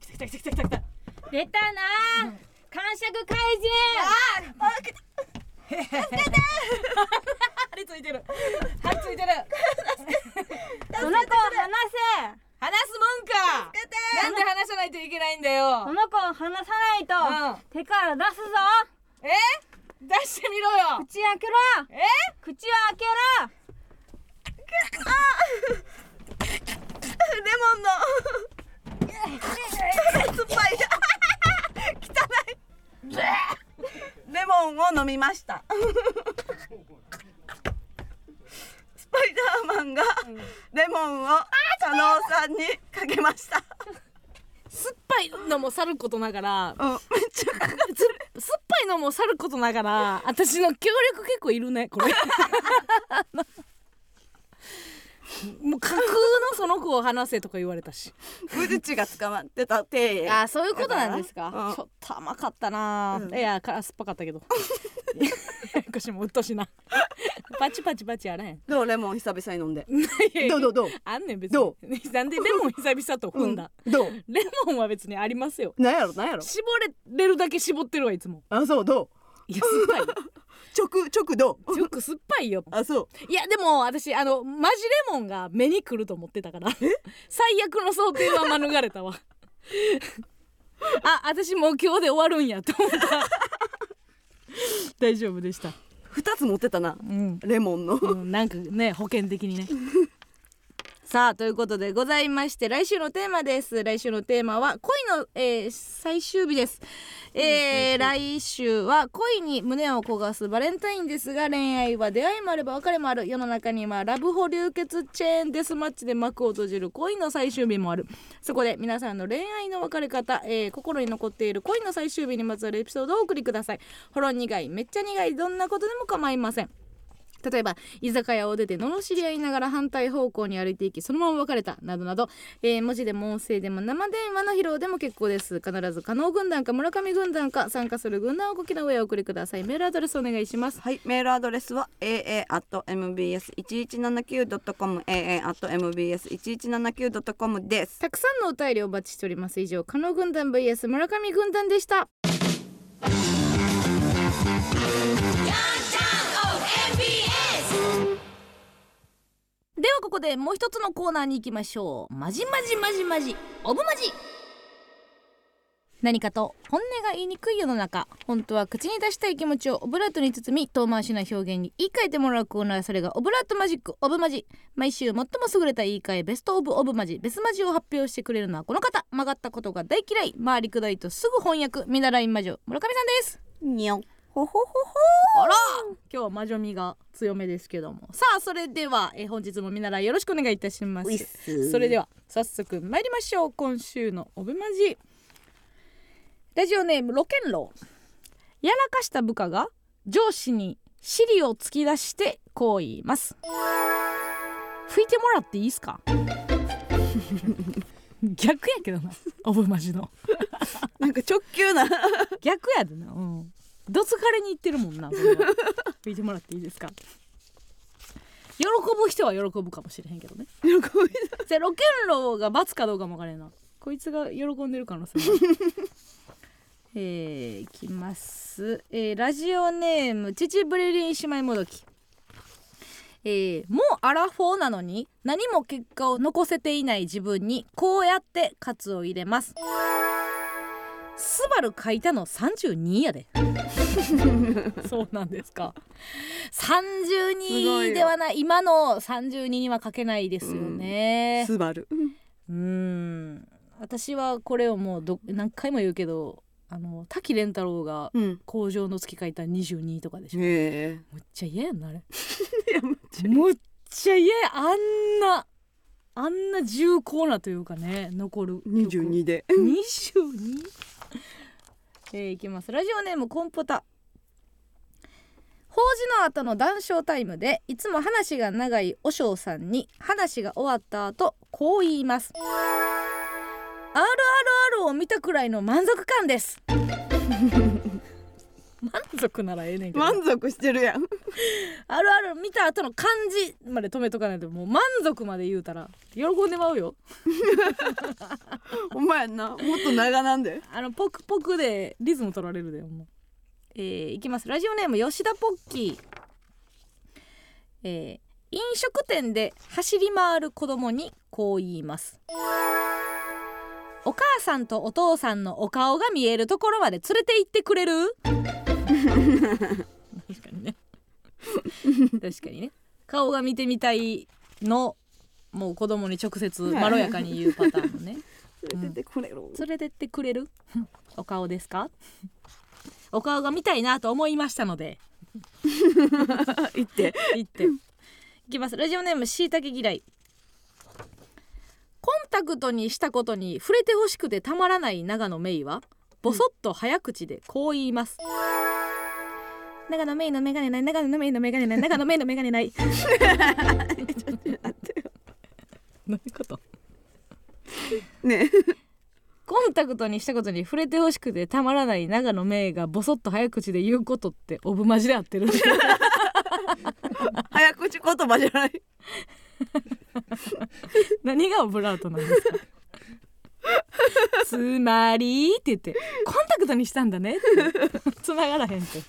来た来た来た来た来た出たな感触改善あー来た助けて針ついてる針ついてるその子を話せ話すもんか助けてなんで話さないといけないんだよその子を話さないと、手から出すぞえ出してみろよ口開けろえ口は開けろイレモンの酸っぱい汚いレモンを飲みましたスパイダーマンがレモンを加納さんにかけました、酸っぱいのもさることながらうん、めっちゃかかってる酸っぱいのもさることながら私の協力結構いるねこ れもう架空のその子を話せとか言われたしブルチが捕まってた手へあそういうことなんですかだからうんちょっと甘かったな、うんいやから酸っぱかった けど腰もうっとうしいなパチパチパチやらへ んどうレモン久々に飲んでいやいやどうどうどうあんねん別にどなんでレモン久々とう踏んだ、どうレモンは別にありますよなんやろなんやろ絞れれるだけ絞ってるわいつもあそうどういや酸っぱい直直どうよよく酸っぱいよあそう いやでも私あのマジレモンが目にくると思ってたから 最悪の想定は免れたわあ私もう今日で終わるんやと思った大丈夫でした2つ持ってたなうん、レモンのうん、なんかね保険的にね さあということでございまして来週のテーマです来週のテーマは恋の、えー最終日です、えー来週は恋に胸を焦がすバレンタインですが恋愛は出会いもあれば別れもある世の中にはラブホ流血チェーンデスマッチで幕を閉じる恋の最終日もあるそこで皆さんの恋愛の別れ方、えー心に残っている恋の最終日にまつわるエピソードをお送りくださいほろ苦いめっちゃ苦いどんなことでも構いません例えば居酒屋を出て罵り合いながら反対方向に歩いていきそのまま別れたなどなど、えー文字でも音声でも生電話の披露でも結構です必ず加納軍団か村上軍団か参加する軍団をご記の上お送りくださいメールアドレスお願いしますはい、メールアドレスは aa.mbs1179.com aa.mbs1179.com です。たくさんのお便りをお待ちしております以上加納軍団 VS 村上軍団でしたではここでもう一つのコーナーに行きましょうまじまじまじまじオブマジ何かと本音が言いにくい世の中本当は口に出したい気持ちをオブラートに包み遠回しな表現に言い換えてもらうコーナーそれがオブラートマジックオブマジ毎週最も優れた言い換えベストオブオブマジベスマジを発表してくれるのはこの方曲がったことが大嫌い回りくどいとすぐ翻訳見習い魔女村上さんですにょ。ほほほほ。あら今日は魔女味が強めですけどもさあそれではえー本日も見習いよろしくお願いいたしますそれでは早速参りましょう今週のオブマジラジオネームロケンロウやらかした部下が上司に尻を突き出してこう言います拭いてもらっていいですか 逆やけどなオブマジのなんか直球な。逆やでなうんどつかれに行ってるもんなそれは拭いてもらっていいですか喜ぶ人は喜ぶかもしれへんけどね喜びじゃあロケンロウが罰かどうかもわからんなこいつが喜んでる可能性もある えー、いきます、えーラジオネームチチブレリン姉妹もどきえーもうアラフォーなのに何も結果を残せていない自分にこうやってカツを入れますスバル書いたの32やで そうなんですかすごい32よではない今の32には書けないですよね、スバル。うーん私はこれをもうど何回も言うけどあの滝蓮太郎がうん。工場の月書いた22とかでしょ、へえ。むっちゃ嫌やんなあれ いやむっちゃむっちゃ嫌やあんなあんな重厚なというかね残る二十二で。 22? えー、いきますラジオネームコンポタ法事の後の談笑タイムでいつも話が長い和尚さんに話が終わった後こう言います「RRR を見たくらいの満足感です」 満足ならええねんけど満足してる やん。 「RR 見た後の感じ」まで止めとかないともう満足まで言うたら喜んでまうよお前やんな。もっと長なんで。あのポクポクでリズム取られるでもうえー、いきますラジオネーム吉田ポッキーえー飲食店で走り回る子供にこう言いますお母さんとお父さんのお顔が見えるところまで連れて行ってくれる 確かにね 確かにね顔が見てみたいのもう子供に直接まろやかに言うパターンのね 連れててこれろ。連れてってくれるお顔ですかお顔が見たいなと思いましたの で行って行って行きますラジオネームしいたけ嫌いコンタクトにしたことに触れてほしくてたまらない長野メイはボソッと早口でこう言います、長野メイのメガネない長野メイのメガネない長野メイのメガネない ちょっと 待ってよどういうことね。コンタクトにしたことに触れてほしくてたまらない長野芽郁がボソッと早口で言うことってオブマジで合ってる早口言葉じゃない。何がオブラートなんですかつまりって言ってコンタクトにしたんだねって つながらへんって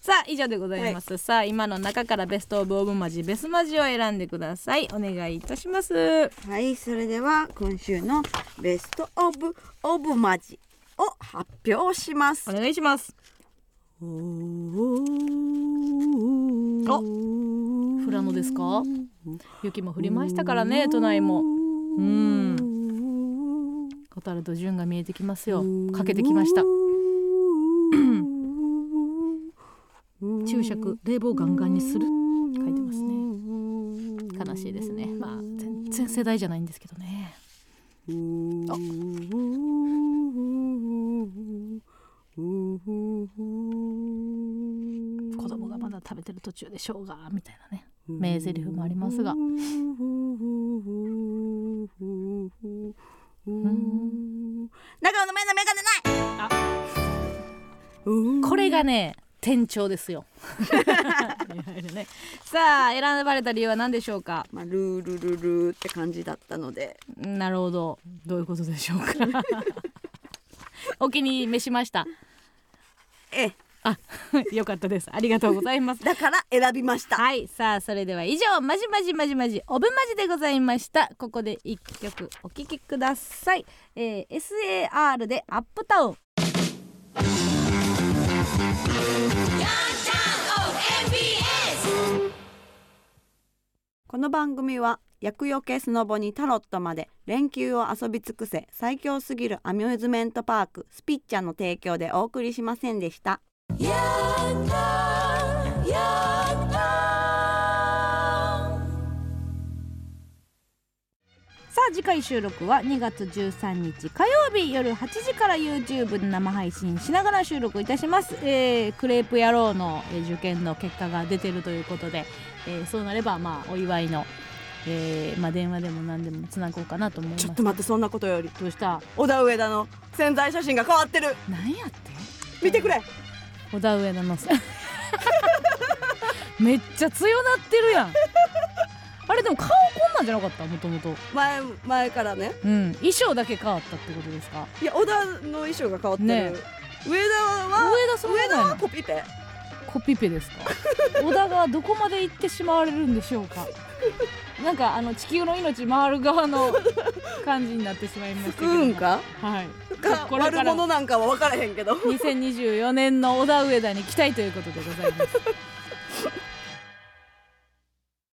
さあ以上でございます、さあ今の中からベストオブオブマジベスマジを選んでくださいお願いいたしますはい、それでは今週のベストオブオブマジを発表しますお。願いしますフラノですか雪も降りましたからね都内もうんカタルとジュンが見えてきますよかけてきました注釈冷房ガンガンにする書いてますね悲しいですねまあ全然世代じゃないんですけどねあ子供がまだ食べてる途中でしょうがみたいなね名台詞もありますが中尾の目のメガネないこれがね店長ですよいわゆるねさあ選ばれた理由は何でしょうかまあルールルルーって感じだったのでなるほどどういうことでしょうか お気に召しましたええあ よかったですありがとうございますだから選びましたはいさあそれでは以上まじまじまじまじおぶまじでございましたここで一曲お聴きください、えー、SAR でアップタウンこの番組は厄除けスノボにタロットまで連休を遊び尽くせ最強すぎるアミューズメントパークスピッチャーの提供でお送りしませんでしたさあ次回収録は2月13日火曜日夜8時から YouTube で生配信しながら収録いたします、えークレープ野郎のえー受験の結果が出てるということで、えーそうなればまあお祝いの、えーまあ、電話でも何でもつなごうかなと思いますちょっと待ってそんなことよりどうした小田上田の潜在写真が変わってるなんやって見てくれ小田上田の めっちゃ強なってるやんあれでも顔こんなんじゃなかったもともと前前からねうん衣装だけ変わったってことですかいや小田の衣装が変わってる、ね上田は上田そんな上こと田ないのはコピペコピペですか小田がどこまで行ってしまわれるんでしょうかなんかあの地球の命回る側の感じになってしまいましたけうどもんかはいかこれから悪者なんかは分からへんけど2024年の小田上田に期待ということでございます